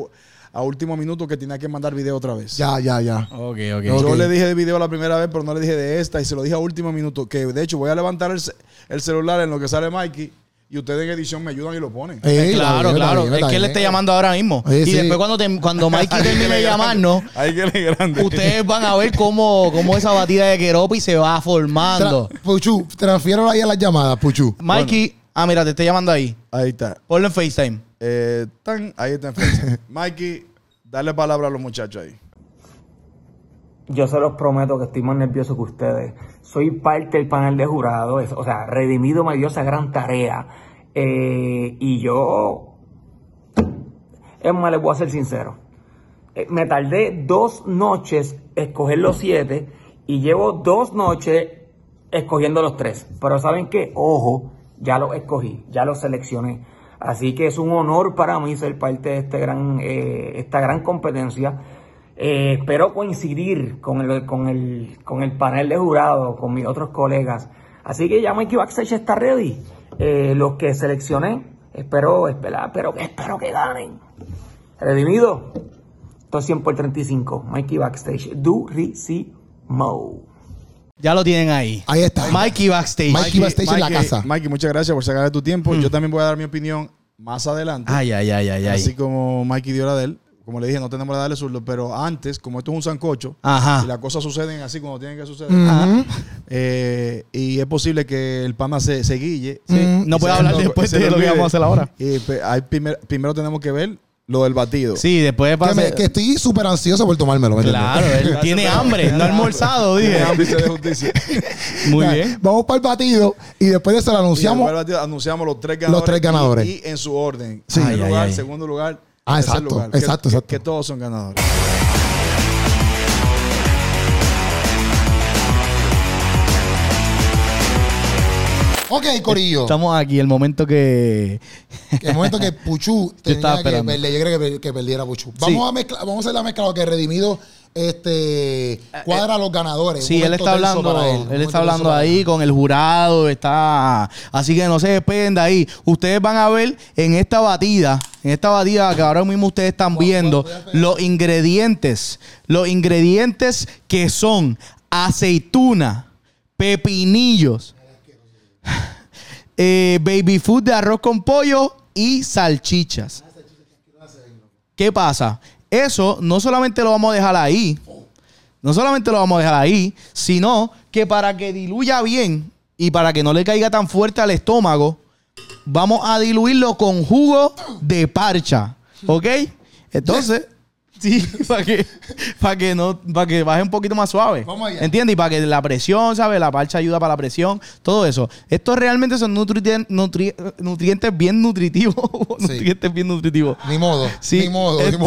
S3: a último minuto que tenía que mandar video otra vez.
S1: Ya, ya, ya.
S2: Ok,
S3: Yo
S2: ok.
S1: Ok.
S3: le dije de video la primera vez, pero no le dije de esta. Y se lo dije a último minuto. Que de hecho voy a levantar el, ce- el celular en lo que sale Mikey. Y ustedes en edición me ayudan y lo ponen.
S1: Eh,
S2: Claro,
S1: está bien,
S2: claro.
S1: está bien,
S2: es
S1: está
S2: que él le
S1: bien.
S2: esté llamando ahora mismo.
S1: Sí,
S2: y
S1: sí.
S2: después cuando, te- cuando Mikey termine de llamarnos,
S3: Hay que leer grande.
S2: ustedes van a ver cómo, cómo esa batida de Keropi se va formando.
S1: Tra- Puchu, transfiero ahí a las llamadas, Puchu.
S2: Mikey, ah, mira, te estoy llamando ahí.
S3: Ahí está.
S2: Ponlo en FaceTime.
S3: Eh, tan, ahí está en Facebook. Mikey, dale palabra a los muchachos ahí.
S6: Yo se los prometo que estoy más nervioso que ustedes. Soy parte del panel de jurados, o sea, redimido me dio esa gran tarea. Eh, y yo, es más, les voy a ser sincero. Eh, me tardé dos noches escoger los siete y llevo dos noches escogiendo los tres. Pero ¿saben qué? Ojo, ya los escogí, ya los seleccioné. Así que es un honor para mí ser parte de este gran, eh, esta gran competencia. Eh, espero coincidir con el, con, el, con el panel de jurado, con mis otros colegas. Así que ya Mikey Backstage está ready. Eh, los que seleccioné, espero, espera, espero, espero que ganen. Redimido. 200 por 35. Mikey Backstage. Durísimo.
S2: Ya lo tienen ahí.
S1: Ahí está.
S2: Mikey Backstage.
S1: Mikey Backstage en la casa. Mm.
S3: Mikey, muchas gracias por sacar de tu tiempo. Yo también voy a dar mi opinión más adelante.
S2: Ay, ay, ay, ay, ay.
S3: Así como Mikey dio la de él. Como le dije, no tenemos la de él zurdo, pero antes, como esto es un sancocho,
S2: Ajá.
S3: y las cosas suceden así como tienen que suceder,
S1: Ujú.
S3: eh, y es posible que el pana se, se guille.
S2: Sí, No
S3: Y
S2: puedo
S3: se-
S2: hablar
S3: no,
S2: después
S3: se
S2: de lo que
S3: olvide.
S2: vamos a hacer ahora.
S3: Y, pues, hay primer- primero tenemos que ver lo del batido.
S2: Sí, después
S1: Que, me-
S2: pasa.
S1: que estoy súper ansioso por tomármelo. ¿me entiendes?
S2: Claro, él tiene hambre. No ha almorzado, dije.
S3: Justicia de justicia.
S2: Muy
S1: Nada,
S2: bien.
S1: Vamos para el batido y después de eso lo
S3: anunciamos,
S1: anunciamos.
S3: anunciamos los tres ganadores.
S1: Los tres ganadores.
S3: Y, y en su orden.
S1: Sí.
S3: Primer
S2: Ay,
S3: lugar,
S2: ay, ay.
S3: segundo lugar.
S1: Ah,
S3: tercer
S1: exacto,
S3: lugar. Que-
S1: exacto,
S3: que-
S1: exacto.
S3: Que, todos son ganadores.
S1: Ok, Corillo.
S2: Estamos aquí, el momento que.
S1: El momento que Puchu
S2: Yo estaba
S1: tenía que
S2: esperando.
S1: perder, yo creo que, per- que perdiera Puchu. Vamos a mezclar, vamos a hacer la mezcla lo que Redimido este cuadra a los ganadores.
S2: Eh, Sí,
S1: Un
S2: él
S1: momento
S2: está
S1: tenso
S2: hablando,
S1: para
S2: él,
S1: Un momento
S2: está hablando
S1: tenso para
S2: ahí
S1: él.
S2: con el jurado, está. Así que no se despeguen de ahí. Ustedes van a ver en esta batida, en esta batida que ahora mismo ustedes están viendo, los ingredientes, los ingredientes que son aceituna, pepinillos, eh, baby food de arroz con pollo y salchichas. ¿Qué pasa? Eso no solamente lo vamos a dejar ahí. No solamente lo vamos a dejar ahí, sino que para que diluya bien y para que no le caiga tan fuerte al estómago, vamos a diluirlo con jugo de parcha. ¿Ok? Entonces, sí, para que, para que no, para que baje un poquito más suave.
S1: Vamos allá.
S2: ¿Entiendes? Y para que la presión, ¿sabes? La parcha ayuda para la presión, todo eso. Estos realmente son nutriten- nutri- nutrientes bien nutritivos. nutrientes bien nutritivos.
S1: Ni modo,
S2: Sí,
S1: ni modo, ni
S2: este,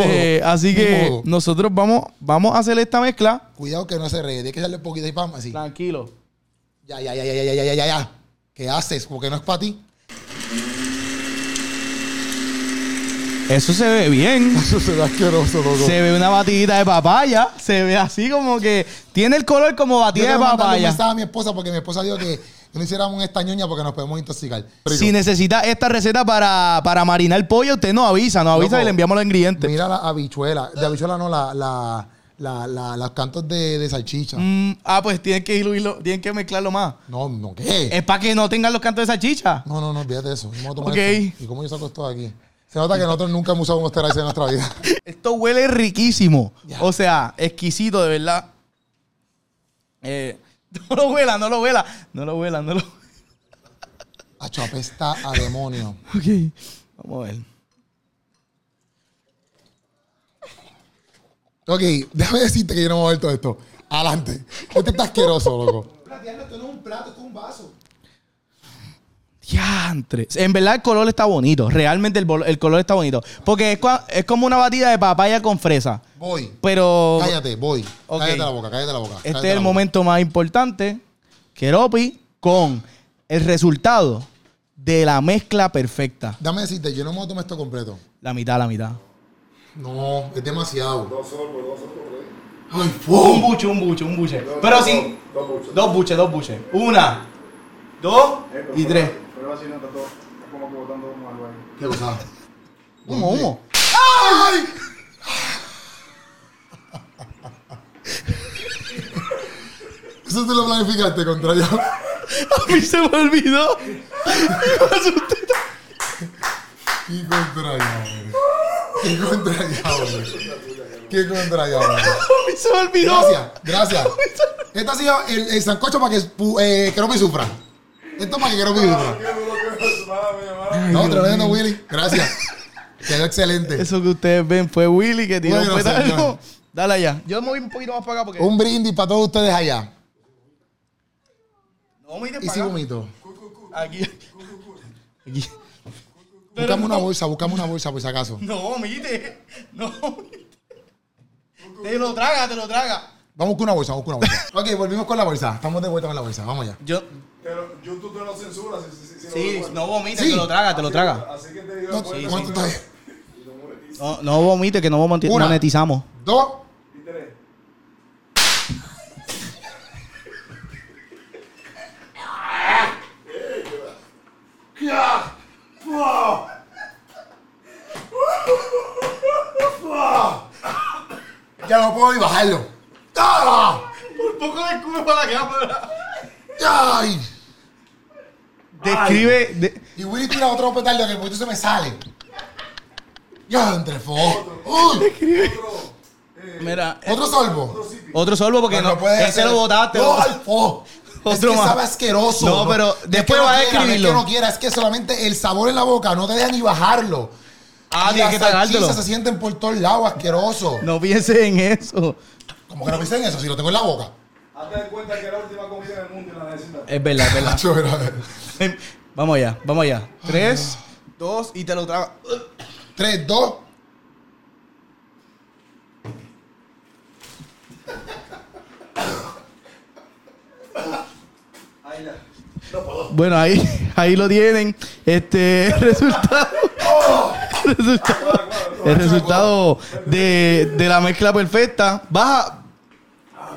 S1: modo.
S2: Así
S1: Ni
S2: que
S1: modo.
S2: nosotros vamos, vamos a hacer esta mezcla.
S1: Cuidado que no se rede, hay que darle un poquito de pam así.
S2: Tranquilo.
S1: Ya, ya, ya, ya, ya, ya, ya, ya, ya. ¿Qué haces? Porque no es para ti.
S2: Eso se ve bien.
S1: Eso se da asqueroso, loco.
S2: Se ve una batidita de papaya. Se ve así como que tiene el color como
S1: Yo
S2: batida de
S1: quiero mandarle un
S2: papaya.
S1: mensaje a mi esposa porque mi esposa dijo que no hiciéramos esta ñoña porque nos podemos intoxicar.
S2: Si necesita esta receta para, para marinar el pollo, usted nos avisa, nos avisa
S1: Loco,
S2: y le enviamos los ingredientes.
S1: Mira la habichuela. De habichuela no, la, la, la, la- los cantos de, de salchicha.
S2: Mm, ah, pues tienen que diluirlo, tienen que mezclarlo más.
S1: No, no, ¿qué?
S2: Es para que no tengan los cantos de salchicha.
S1: No, no, no, olvídate de eso. Yo me voy a tomar
S2: Eh. Ok.
S1: esto. ¿Y cómo yo saco esto de aquí? Se nota que nosotros nunca hemos usado un esteroide en nuestra vida.
S2: Esto huele riquísimo. O sea, exquisito, de verdad. Eh, no lo huela, no lo huela. No lo huela, no lo
S1: Acho, apesta a demonio.
S2: Ok. Vamos a ver.
S1: Ok, déjame decirte que yo no me voy a ver todo esto. Adelante. Esto está asqueroso, loco. esto no es un plato, esto es un vaso.
S2: Diantre. En verdad el color está bonito. Realmente el, bol- el color está bonito. Porque es, cua- es como una batida de papaya con fresa.
S1: Voy.
S2: Pero
S1: Cállate, voy.
S2: Ok.
S1: Cállate la boca, cállate la boca. cállate
S2: este es
S1: la
S2: el
S1: boca.
S2: momento más importante. Keropi con el resultado de la mezcla perfecta.
S1: Dame decirte, yo no me voy a tomar esto completo.
S2: La mitad, la mitad.
S1: No, es demasiado.
S2: Un buche, un buche, un buche. Pero sí. Dos buches, dos buches. Una, dos
S7: Eh,
S2: y tres.
S1: ¿Qué cosa?
S2: Humo, humo.
S1: Eso te lo planificaste contra yo.
S2: A mí se me olvidó. Me asusté.
S1: ¿Qué contra yo? ¿Qué contra yo? ¿Qué contra yo?
S2: A mí se me olvidó.
S1: Gracias, gracias. Este ha sido el, el sancocho para que pu- eh, que no me sufra. Esto para que que no me sufra. No, tremendo, Willy. Gracias. Quedó excelente.
S2: Eso que ustedes ven fue Willy que tiró
S1: Bueno,
S2: un petardo.
S1: señor. Oh.
S2: Dale allá. Yo me voy un poquito más para acá porque.
S1: Un brindis para todos ustedes allá.
S2: No mires
S1: Y
S2: para
S1: si
S2: acá.
S1: vomito.
S2: Aquí. Aquí.
S1: Buscamos una bolsa, buscamos una bolsa por si acaso.
S2: No, mire. No, mire. Te lo traga, te lo traga.
S1: Vamos con una bolsa, vamos con una bolsa. ok, volvimos con la bolsa. Estamos de vuelta con la bolsa. Vamos allá.
S2: Yo.
S7: Pero YouTube te lo censura si, si, si
S2: Sí,
S7: no lo
S2: no vomite,
S1: Sí.
S2: te lo traga, te lo traga.
S7: Así que te digo,
S1: No,
S7: pues,
S1: ¿Cuánto está ahí?
S2: No, no vomite, que no moneti-
S1: Una.
S2: monetizamos.
S1: Dos. Ya no puedo ni bajarlo. ¡Ah!
S2: Un poco de cubo para la cámara.
S1: ¡Ay!
S2: Describe. de-
S1: Y Willy tira otro petardo que el poquito se me sale. Ya, entre fuego. ¡Uy!
S2: mira, eh,
S1: Otro sorbo.
S2: otro sorbo porque
S1: Pero
S2: no.
S1: puede
S2: ese
S1: ser.
S2: lo botaste.
S1: No,
S2: lo-
S1: al fo. es
S2: Otro
S1: que
S2: más.
S1: sabe asqueroso.
S2: No, pero
S1: es que
S2: después va a
S1: quiera, no
S2: describirlo.
S1: Es que no quiera, es que solamente el sabor en la boca no te deja ni bajarlo.
S2: Ah,
S1: y las
S2: tienes que tragártelo.
S1: salchichas se sienten por todos lados, asqueroso.
S2: No pienses en eso.
S1: Como que no piensen eso, si lo tengo en la boca.
S7: hazte de cuenta que era la última comida del mundo y la necesitas.
S2: Es verdad, es verdad.
S1: Nacho, mira,
S2: Em, Vamos allá, vamos allá. Tres, dos y te lo trago.
S1: Tres, dos.
S2: Bueno, ahí, ahí lo tienen. Este el resultado. El resultado, el resultado de, de la mezcla perfecta. Baja. Ah,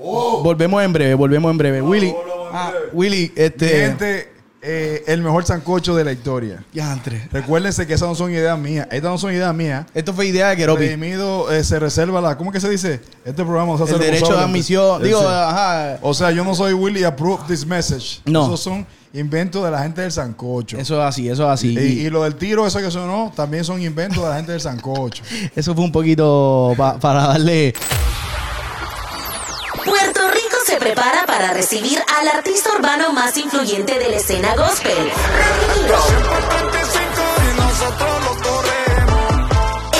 S2: Volvemos en breve, volvemos en breve. Willy, ah, Willy, este.
S3: Gente, eh, el mejor sancocho de la historia.
S2: Ya, Andrés.
S3: Recuérdense que esas no son ideas mías. Estas no son ideas mías.
S2: Esto fue idea de Keropi.
S3: Redimido eh, se reserva la. ¿Cómo que se dice? Este programa se hace
S2: El derecho de
S3: responsable.
S2: admisión. Digo,
S3: Sí.
S2: ajá.
S3: O sea, yo no soy Willy, approve this message.
S2: No.
S3: Esos son inventos de la gente del sancocho.
S2: Eso es así, eso es así.
S3: Y, y lo del tiro, eso que sonó, también son inventos de la gente del sancocho.
S2: Eso fue un poquito pa- para darle.
S4: Puerto Rico se prepara para recibir al artista urbano más influyente de la escena gospel, Redimido.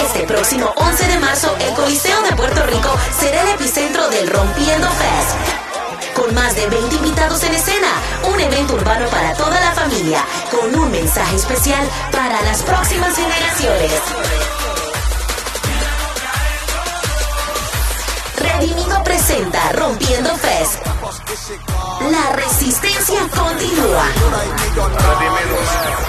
S4: Este próximo 11 de marzo, el Coliseo de Puerto Rico será el epicentro del Rompiendo Fest. Con más de 20 invitados en escena, un evento urbano para toda la familia, con un mensaje especial para las próximas generaciones. Redimido presenta Rompiendo Fest. La resistencia continúa.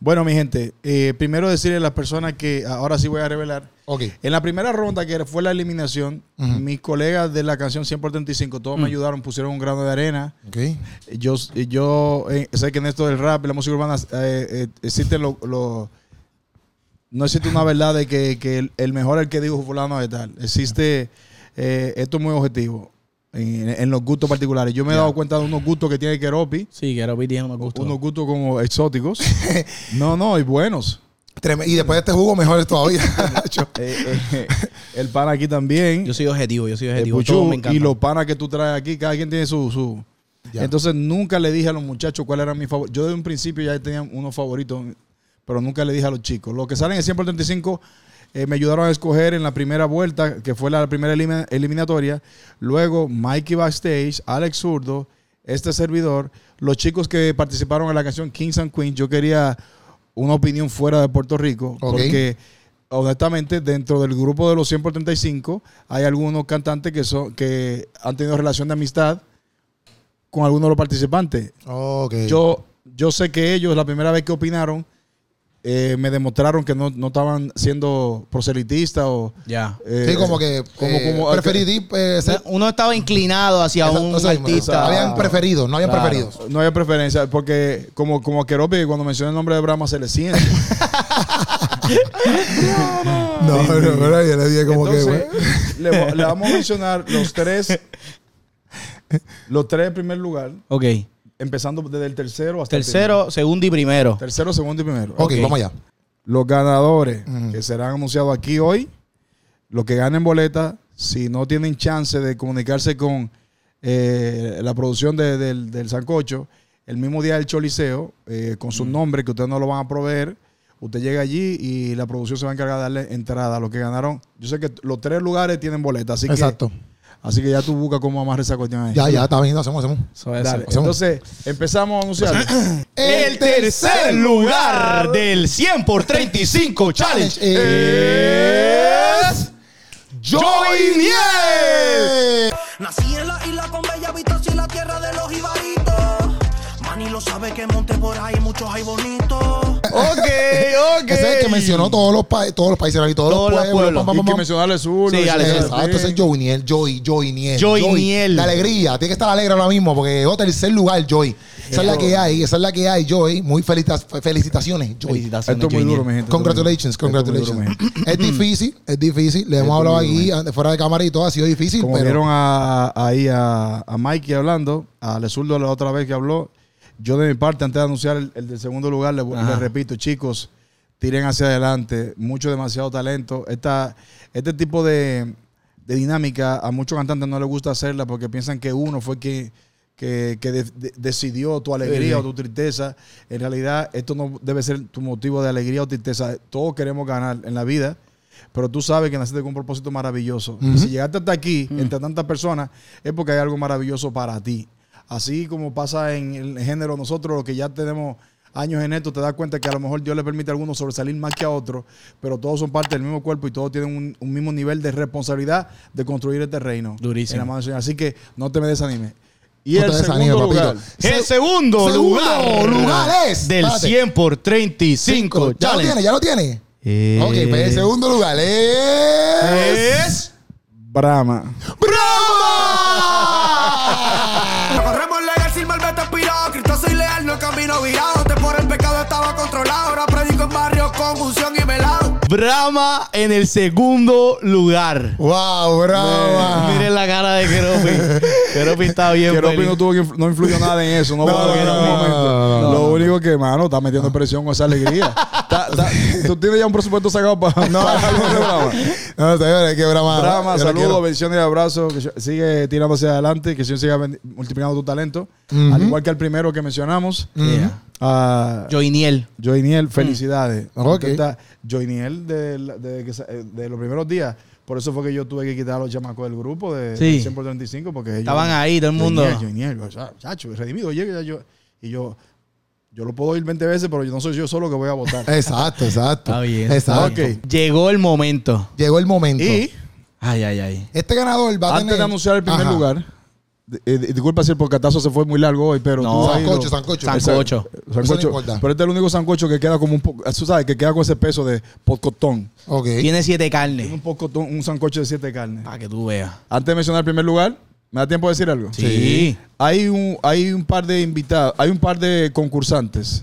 S3: Bueno, mi gente, eh, primero decirle a las personas que ahora sí voy a revelar.
S1: Ok.
S3: En la primera ronda, que fue la eliminación, mis colegas de la canción 100 por 35, todos me ayudaron, pusieron un grano de arena.
S1: Ok.
S3: Yo, yo eh, sé que en esto del rap, la música urbana, eh, eh, existe lo, lo- No existe una verdad de que, que el, el mejor es el que dijo fulano de tal. Existe... eh, esto es muy objetivo. En, en los gustos particulares. Yo me he dado cuenta de unos gustos que tiene Keropi.
S2: Sí, Keropi tiene unos gustos.
S3: Unos gustos como exóticos. no, no, y buenos.
S1: Trem- Y después de este jugo, mejores todavía. Nacho.
S3: Eh, eh, el pan aquí también.
S2: Yo soy objetivo, yo soy
S3: el
S2: objetivo.
S3: puchú,
S2: Todo me
S3: y
S2: encanta.
S3: los panas que tú traes aquí, cada quien tiene su... su-
S1: Ya.
S3: Entonces nunca le dije a los muchachos cuál era mi favorito. Yo desde un principio ya tenía unos favoritos. pero nunca le dije a los chicos. Los que salen en 100 por 35 eh, me ayudaron a escoger en la primera vuelta, que fue la primera elimi- eliminatoria. Luego Mikey Backstage, Alex Zurdo, este servidor, los chicos que participaron en la canción Kings and Queens. Yo quería una opinión fuera de Puerto Rico,
S1: Ok.
S3: porque honestamente dentro del grupo de los 100 por 35 hay algunos cantantes que, son, que han tenido relación de amistad con algunos de los participantes.
S1: Ok.
S3: Yo, yo sé que ellos, la primera vez que opinaron, eh, me demostraron que no, no estaban siendo proselitistas o.
S2: Ya.
S3: eh,
S1: sí, como que
S3: como-
S1: eh,
S3: como-
S1: preferí eh, ser-
S2: Uno estaba inclinado hacia
S1: Exacto,
S2: un
S1: exacto.
S2: artista. Ah.
S1: Habían preferido, no habían
S2: Claro.
S1: preferidos.
S3: No había preferencia, porque como, como a Keropi, cuando menciona el nombre de Brahma se le siente.
S1: No, no, pero yo le dije
S3: Entonces, le, va- le vamos a mencionar los tres. Los tres en primer lugar,
S2: Ok.
S3: empezando desde el tercero hasta el
S2: Tercero, segundo y primero.
S3: primero. Tercero, segundo y primero.
S1: Ok, vamos allá.
S3: Los ganadores que serán anunciados aquí hoy, los que ganen boleta, si no tienen chance de comunicarse con eh, la producción de- del, del Sancocho, el mismo día del Choliseo, eh, con sus nombres que ustedes no lo van a proveer, usted llega allí y la producción se va a encargar de darle entrada a los que ganaron. Yo sé que t- los tres lugares tienen boleta, así
S1: Exacto.
S3: que así que ya tú buscas cómo amarrar esa cuestión ahí.
S1: Ya, ya, está bien, lo hacemos, hacemos.
S2: Eso es.
S3: Dale,
S1: hacemos.
S3: entonces empezamos a anunciar.
S2: El tercer lugar del 100 por 35 Challenge eh. es.
S1: Joy Niel.
S8: Nací en la isla con bella vista, y la tierra de los ibaritos. Manny lo sabe que monte por ahí, muchos hay bonitos.
S2: Ok, ok.
S1: Ese es el que mencionó todos los, pa- todos los países, y todos,
S2: Todos los
S1: los pueblos.
S2: pueblos.
S1: pam, pam,
S3: Hay
S1: pam,
S3: que
S1: pam.
S3: mencionarle su
S2: Sí, dale, dale.
S1: Exacto, ese es Joy Niel, Joy, Joy Niel.
S2: Joy Niel.
S1: La alegría, tiene que estar alegre ahora mismo porque llegó tercer lugar, Joy. Esa es la que hay, esa es la que hay, Joy. Muy felicitas- felicitaciones, Joy.
S2: Felicitaciones,
S3: Esto es muy
S2: Johnny.
S3: duro, mi gente.
S1: Congratulations,
S3: Esto es muy duro, mi
S1: congratulations.
S3: gente. Mm.
S1: Es difícil, es difícil. Le hemos hablado aquí antes, fuera de cámara y todo, ha sido difícil,
S3: Como
S1: pero
S3: vieron a, ahí a, a Mikey hablando, a Lezurdo la otra vez que habló, yo de mi parte, antes de anunciar el, el del segundo lugar, le,
S2: Ajá.
S3: le repito, chicos, tiren hacia adelante, mucho demasiado talento. Esta, este tipo de, de dinámica a muchos cantantes no les gusta hacerla porque piensan que uno fue quien que, que de- de- decidió tu alegría o tu tristeza. En realidad, esto no debe ser tu motivo de alegría o tristeza. Todos queremos ganar en la vida pero tú sabes que naciste con un propósito maravilloso. Y si llegaste hasta aquí,
S1: Mm.
S3: entre tantas personas, es porque hay algo maravilloso para ti. Así como pasa en el género, nosotros los que ya tenemos años en esto, te das cuenta que a lo mejor Dios le permite a algunos sobresalir más que a otros, pero todos son parte del mismo cuerpo y todos tienen un, un mismo nivel de responsabilidad de construir este reino.
S2: Durísimo.
S3: En la mano del Señor. Así que no te me desanimes. Y
S1: no
S3: el
S1: te desanimes,
S3: segundo lugar,
S1: papito.
S2: El
S1: Se-
S2: segundo,
S1: segundo
S2: lugar,
S1: lugar es-
S2: del
S1: espérate.
S2: 100 por 35
S1: Ya lo tiene,
S2: Challenge
S1: ya lo tiene.
S2: es-
S1: Ok, pues
S3: Eh.
S1: el segundo lugar es.
S2: es
S3: Brahma.
S8: Lo corremos legal sin malvete aspirado, Cristo soy leal, no el camino virado. Te por el pecado estaba controlado, ahora predico en barrio con unción y velado.
S2: Brahma en el segundo lugar.
S1: ¡Wow, brava!
S2: Miren la cara de Keropi. Keropi está bien.
S3: Quiero
S2: feliz.
S3: no, tuvo que influ- no influyó nada en eso. No,
S1: No,
S3: puedo
S1: no,
S3: en
S1: no,
S3: un
S1: no,
S3: momento.
S1: no, no,
S3: Lo único que, mano, está metiendo presión con esa alegría. Está- está- tú tienes ya un presupuesto sacado para. No,
S1: No, señores, qué brava. Yo
S3: Drama,
S1: lo
S3: saludos,
S1: quiero.
S3: bendiciones y abrazos. Que se- sigue tirando hacia adelante, que el Señor siga bendi- multiplicando tu talento. Al igual que el primero que mencionamos. Ah,
S2: Yeah.
S3: a
S2: Joiniel.
S3: Joiniel, felicidades.
S1: Mm. Ok.
S3: Usted está- Joiniel, de, la- de que sa- eh, de los primeros días. Por eso fue que yo tuve que quitar a los chamacos del grupo de,
S2: Sí.
S3: de 100 por 35 porque ellos-
S2: Estaban ahí, todo el mundo.
S3: Joiniel, Joiniel, o sea, chacho, redimido, llega yo. Y yo, yo lo puedo ir 20 veces, pero yo no soy yo solo que voy a votar.
S1: Exacto, exacto.
S2: Está bien.
S1: Exacto.
S2: está bien. Llegó el momento.
S1: Llegó el momento.
S3: y
S2: Ay, ay, ay.
S1: este ganador va a tener.
S3: antes de anunciar el primer
S1: Ajá.
S3: lugar, eh, eh, disculpa si el porcatazo se fue muy largo hoy, pero
S2: No.
S3: tú ahí
S1: Sancocho,
S3: lo-
S1: sancocho.
S3: Esa-
S2: Sancocho.
S3: sancocho.
S1: Eso no importa.
S3: pero este es el único sancocho que queda como un poco, tú sabes, que queda con ese peso de podcotón.
S1: Ok.
S2: Tiene siete
S3: Tiene
S2: carnes.
S3: un pocotón, un sancocho de siete carnes.
S2: Para que tú veas.
S3: Antes de mencionar el primer lugar, ¿me da tiempo de decir algo?
S2: Sí.
S3: Hay un, hay un par de invitados, hay un par de concursantes.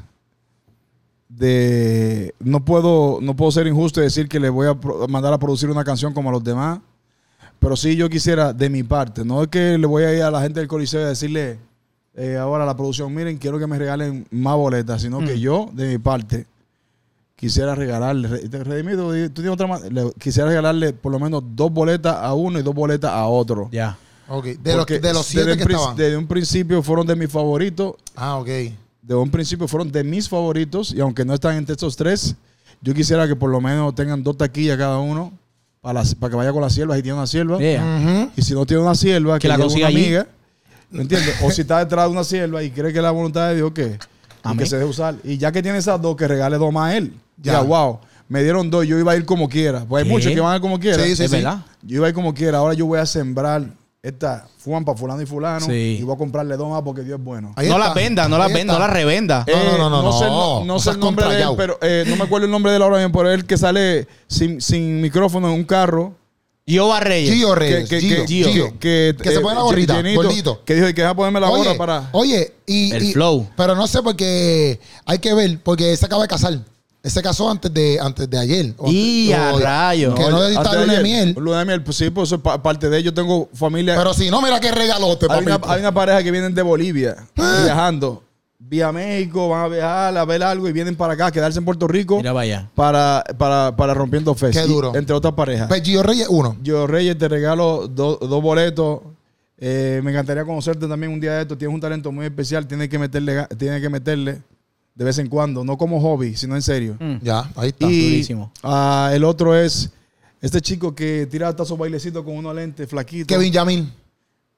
S3: De no puedo, no puedo ser injusto y decir que le voy a pro- mandar a producir una canción como a los demás. Pero sí yo quisiera, de mi parte, no es que le voy a ir a la gente del Coliseo y decirle eh, ahora a la producción, miren, quiero que me regalen más boletas, sino que yo, de mi parte, quisiera regalarle, re- te- redimido, di- tú tienes otra ma- le- quisiera regalarle por lo menos dos boletas a uno y dos boletas a otro.
S2: Ya.
S1: ok. De, los,
S3: Porque
S1: de los siete
S3: desde
S1: que
S3: un prin-
S1: estaban.
S3: Desde un principio fueron de mis favoritos
S1: Ah, ok.
S3: de un principio fueron de mis favoritos y aunque no están entre estos tres, yo quisiera que por lo menos tengan dos taquillas cada uno para, las- para que vaya con las siervas y tiene una sierva.
S2: Yeah.
S3: Y si no tiene una sierva, que,
S2: la
S3: la
S2: consiga
S3: consiga
S2: allí.
S3: amiga. ¿Me entiendes? O si está detrás de una sierva y cree que es la voluntad de Dios que, y
S2: Amén.
S3: que se deje usar. Y ya que tiene esas dos, que regale dos más a él.
S1: Ya.
S3: Ya, wow. Me dieron dos, yo iba a ir como quiera. Pues hay
S2: ¿Qué?
S3: muchos que van a ir como quiera.
S2: Sí, sí, Es sí. verdad.
S3: Yo iba a ir como quiera. Ahora yo voy a sembrar esta fuan para fulano y fulano.
S2: Sí.
S3: Y voy a comprarle dos más porque Dios es bueno.
S1: Ahí
S2: No
S1: está.
S2: la venda, no la
S1: Ahí
S2: venda, no
S1: está.
S2: la revenda.
S1: Eh, no, no, no,
S3: sé, el
S1: no.
S3: no,
S1: No
S3: sé
S1: seas
S3: el nombre de él,
S1: contrallao.
S3: pero eh, no me acuerdo el nombre de él ahora bien, pero él que sale sin, sin micrófono en un carro.
S2: Jehová Reyes.
S1: Gio
S3: Que,
S1: Reyes.
S3: que,
S1: Gio,
S3: que,
S2: Gio.
S1: Gio.
S3: que,
S1: Que se
S3: eh,
S1: pone la gorrita,
S3: Llenito,
S1: gordito.
S3: Que dijo que deja ponerme la gorra para.
S1: Oye, y,
S2: El
S1: y-
S2: flow.
S1: Pero no sé porque hay que ver, porque él se acaba de casar. Él se casó antes de, antes de ayer. O-
S2: Y a
S1: o-
S2: rayo.
S1: Que no
S3: Oye,
S1: necesita
S3: antes
S1: luna de
S3: ayer,
S1: miel.
S3: Luna de miel, pues sí, pues eso es pa- parte de ello. Tengo familia.
S1: Pero si no, mira qué regalote,
S3: hay, una,
S1: papito.
S3: hay una pareja que vienen de Bolivia
S1: ¿Eh?
S3: viajando. Vía México, van a viajar, a ver algo y vienen para acá, a quedarse en Puerto Rico
S2: Mira vaya.
S3: para, para, para rompiendo fe.
S1: Qué duro.
S3: Entre otras parejas.
S1: Pues Gio Reyes, uno.
S3: Yo, Reyes, te regalo do- dos boletos. Eh, me encantaría conocerte también un día de esto. Tienes un talento muy especial. Tienes que meterle, ga- tienes que meterle de vez en cuando. No como hobby, sino en serio.
S1: Ya, ahí Mm, está.
S3: Y
S2: durísimo.
S3: ah, el otro es este chico que tira hasta su bailecito con unos lentes flaquito.
S1: Kevin Yamil.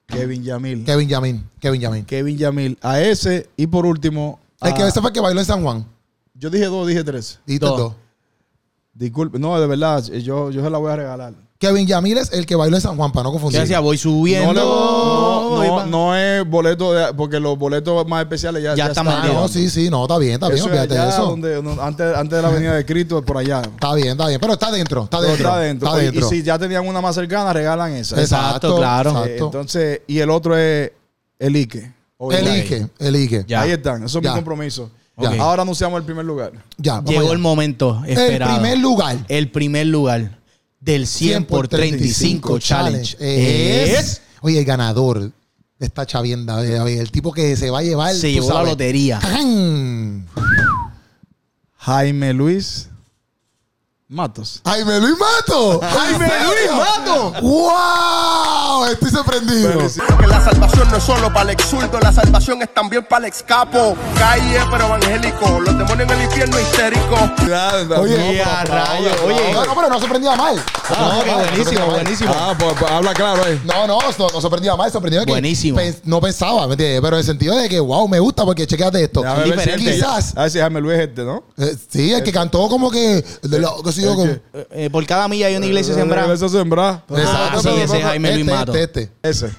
S3: Kevin Yamil.
S1: Kevin Yamil. Kevin Yamil.
S3: Kevin Yamil. A ese. Y por último.
S1: El que
S3: a-
S1: ese fue el que bailó en San Juan.
S3: Yo dije dos, dije tres.
S1: Dijiste
S2: Ah. Dos.
S1: dos.
S3: Disculpe. No, de verdad. Yo, yo se la voy a regalar.
S1: Kevin Yamil es el que bailó en San Juan, para no
S2: ¿Qué
S1: confundir.
S2: hacía? Voy
S3: No,
S2: subiendo.
S3: le- no,
S2: voy
S3: no,
S2: pa-
S3: no es boleto de- porque los boletos más especiales ya,
S2: Ya están
S1: Ah,
S2: vendidos.
S1: no, sí, sí, no, está bien, está bien,
S3: Eso es
S1: olvídate de
S3: allá
S1: eso.
S3: donde- no, antes, antes de la avenida de Cristo, por allá.
S1: Está bien, está bien, pero está dentro, está
S3: Pero
S1: dentro.
S3: Está adentro.
S1: Está
S3: Y-
S1: dentro.
S3: Y, si ya tenían una más cercana, regalan esa.
S1: exacto,
S2: Exacto, claro.
S1: claro.
S3: Eh, Entonces, y el otro es el Ike. O
S1: el
S3: Ike.
S1: Ike, el Ike.
S2: Ya.
S3: Ahí están. Eso es
S1: Ya.
S3: mi compromiso.
S2: Ya.
S3: Ok. Ahora anunciamos el primer lugar.
S1: Ya, vamos
S2: Llegó
S1: allá.
S2: el momento esperado.
S1: El primer lugar.
S2: El primer lugar del 100 por 35 challenge es...
S1: Oye, el ganador de esta chavienda, eh, oye, el tipo que se va a llevar.
S2: Se
S1: tú
S2: llevó la
S1: sabes.
S2: lotería.
S1: ¡Caján!
S3: Jaime Luis Matos.
S1: ¡Jaime Luis Mato! ¡Jaime Luis Mato! ¡Wow! Estoy sorprendido.
S8: Que la salvación no es solo para el exulto, la salvación es también para el escapo. Calle, pero evangélico, los demonios en el infierno histéricos.
S1: Oye,
S2: Y a rayo, oye.
S1: No, no, pero no sorprendía mal.
S2: Ah,
S1: No,
S2: ok,
S1: no, no
S2: buenísimo,
S1: sorprendía mal.
S2: buenísimo.
S3: Ah, pues, pues, habla claro ahí.
S1: No, no, no, no sorprendía mal, sorprendido que
S2: Buenísimo.
S1: pens- no pensaba, ¿me entiendes? Pero en el sentido de que, wow, me gusta porque chequeate esto.
S3: Déjame ver si
S2: diferente.
S3: este-
S1: Quizás,
S3: A ver si Jaime Luis es este, ¿no?
S1: eh, sí, el que cantó como que, de lo- qué sé yo, como-
S2: Eh, eh, por cada milla hay una iglesia sembrada.
S3: Iglesia sembrada.
S2: Ah, sí, ese es Jaime Luis
S1: Este,
S2: Mato.
S1: Este, este.
S3: Ese.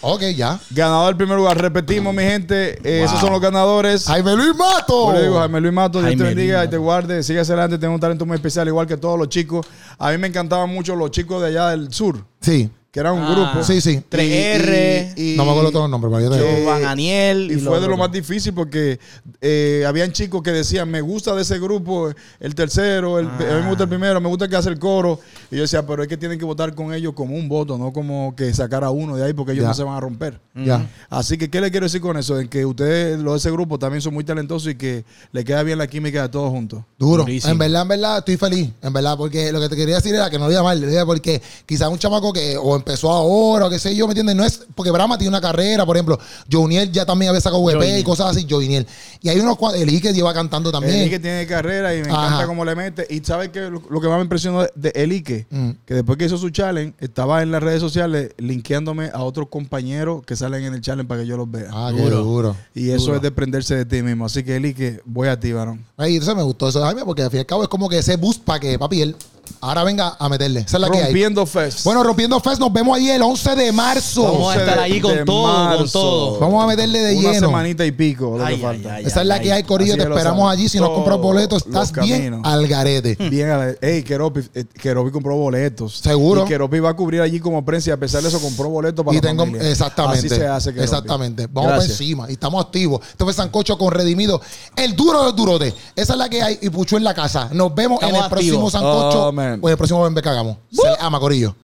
S1: Ok, ya.
S3: Ganador del primer lugar. Repetimos, mi gente. eh, Esos son los ganadores.
S1: Jaime Luis Mato.
S3: Yo le digo, Jaime Luis Mato, Dios
S2: Jaime
S3: te bendiga
S2: Luis
S3: y te guarde. Sigue hacia adelante, tiene un talento muy especial, igual que todos los chicos. A mí me encantaban mucho los chicos de allá del sur,
S1: Sí,
S3: que era un
S2: Ah.
S3: grupo.
S1: sí, sí.
S2: 3R.
S3: Y-
S1: No me acuerdo todos los nombres, pero yo te
S3: Eh,
S2: Jovan Aniel.
S3: Y fue de lo
S2: otro.
S3: más difícil porque eh, habían chicos que decían, me gusta de ese grupo, el tercero, el, a mí me
S1: Ah.
S3: gusta el primero, me gusta el que hace el coro. Y yo decía, pero es que tienen que votar con ellos como un voto, no como que sacar a uno de ahí porque ellos
S1: Ya.
S3: no se van a romper.
S1: Ya.
S3: Así que, ¿qué le quiero decir con eso? En que ustedes, los de ese grupo, también son muy talentosos y que le queda bien la química de todos juntos.
S1: Duro.
S2: Durísimo.
S1: En verdad, en verdad, estoy feliz. En verdad, porque lo que te quería decir era que no había mal. era Porque quizás un chamaco que o empezó ahora o qué sé yo, ¿me entiendes? No es porque Brahma tiene una carrera, por ejemplo. Joniel ya también había sacado WP y
S2: Joiniel.
S1: cosas así. Joniel. Y hay unos cuantos. El Ike lleva cantando también.
S3: El Ike tiene carrera y me
S1: Ajá.
S3: encanta cómo le mete. Y sabes que lo, lo que más me impresionó de, de el Ike,
S1: Mm.
S3: que después que hizo su challenge, estaba en las redes sociales linkeándome a otros compañeros que salen en el challenge para que yo los vea.
S1: Ah, qué duro.
S3: y eso es desprenderse de ti mismo. Así que el Ike, voy a ti, varón.
S1: Ay, entonces me gustó eso, Jaime, porque al fin y al cabo es como que ese boost para que papi él ahora venga a meterle. Esa es la que hay.
S3: Rompiendo Fest.
S1: Bueno, Rompiendo Fest, nos vemos ahí el 11 de marzo.
S2: Vamos a
S3: 11
S2: estar
S3: de-
S2: ahí con
S3: de
S2: todo, con
S3: marzo.
S2: todo.
S1: Vamos a meterle de
S3: una
S1: lleno.
S3: semanita y pico lo
S2: Ay,
S3: que
S2: ay,
S3: falta.
S2: ay,
S1: Esa es la que hay, Corillo.
S3: Así
S1: Te
S3: ya lo
S1: esperamos
S3: saben.
S1: allí. Si no compras boletos,
S3: Los
S1: estás bien
S3: caminos.
S1: al garete.
S3: Bien, a la- ey, Keropi, eh, Keropi compró boletos.
S1: Seguro.
S3: Y Keropi va a cubrir allí como prensa y a pesar de eso compró boletos para
S1: y
S3: la
S1: tengo,
S3: familia.
S1: exactamente.
S3: Así se hace, Keropi.
S1: Exactamente. Vamos por
S3: Gracias.
S1: encima. Y estamos activos. Esto fue Sancocho con Redimido. El duro del durote. Esa es la que hay. Y Puchu en la casa. Nos vemos
S2: Estamos
S1: en el próximo
S2: activos.
S1: Sancocho.
S3: Amén.
S1: o en el próximo Ven, Ve, Cagamos. Se le ama, Corillo.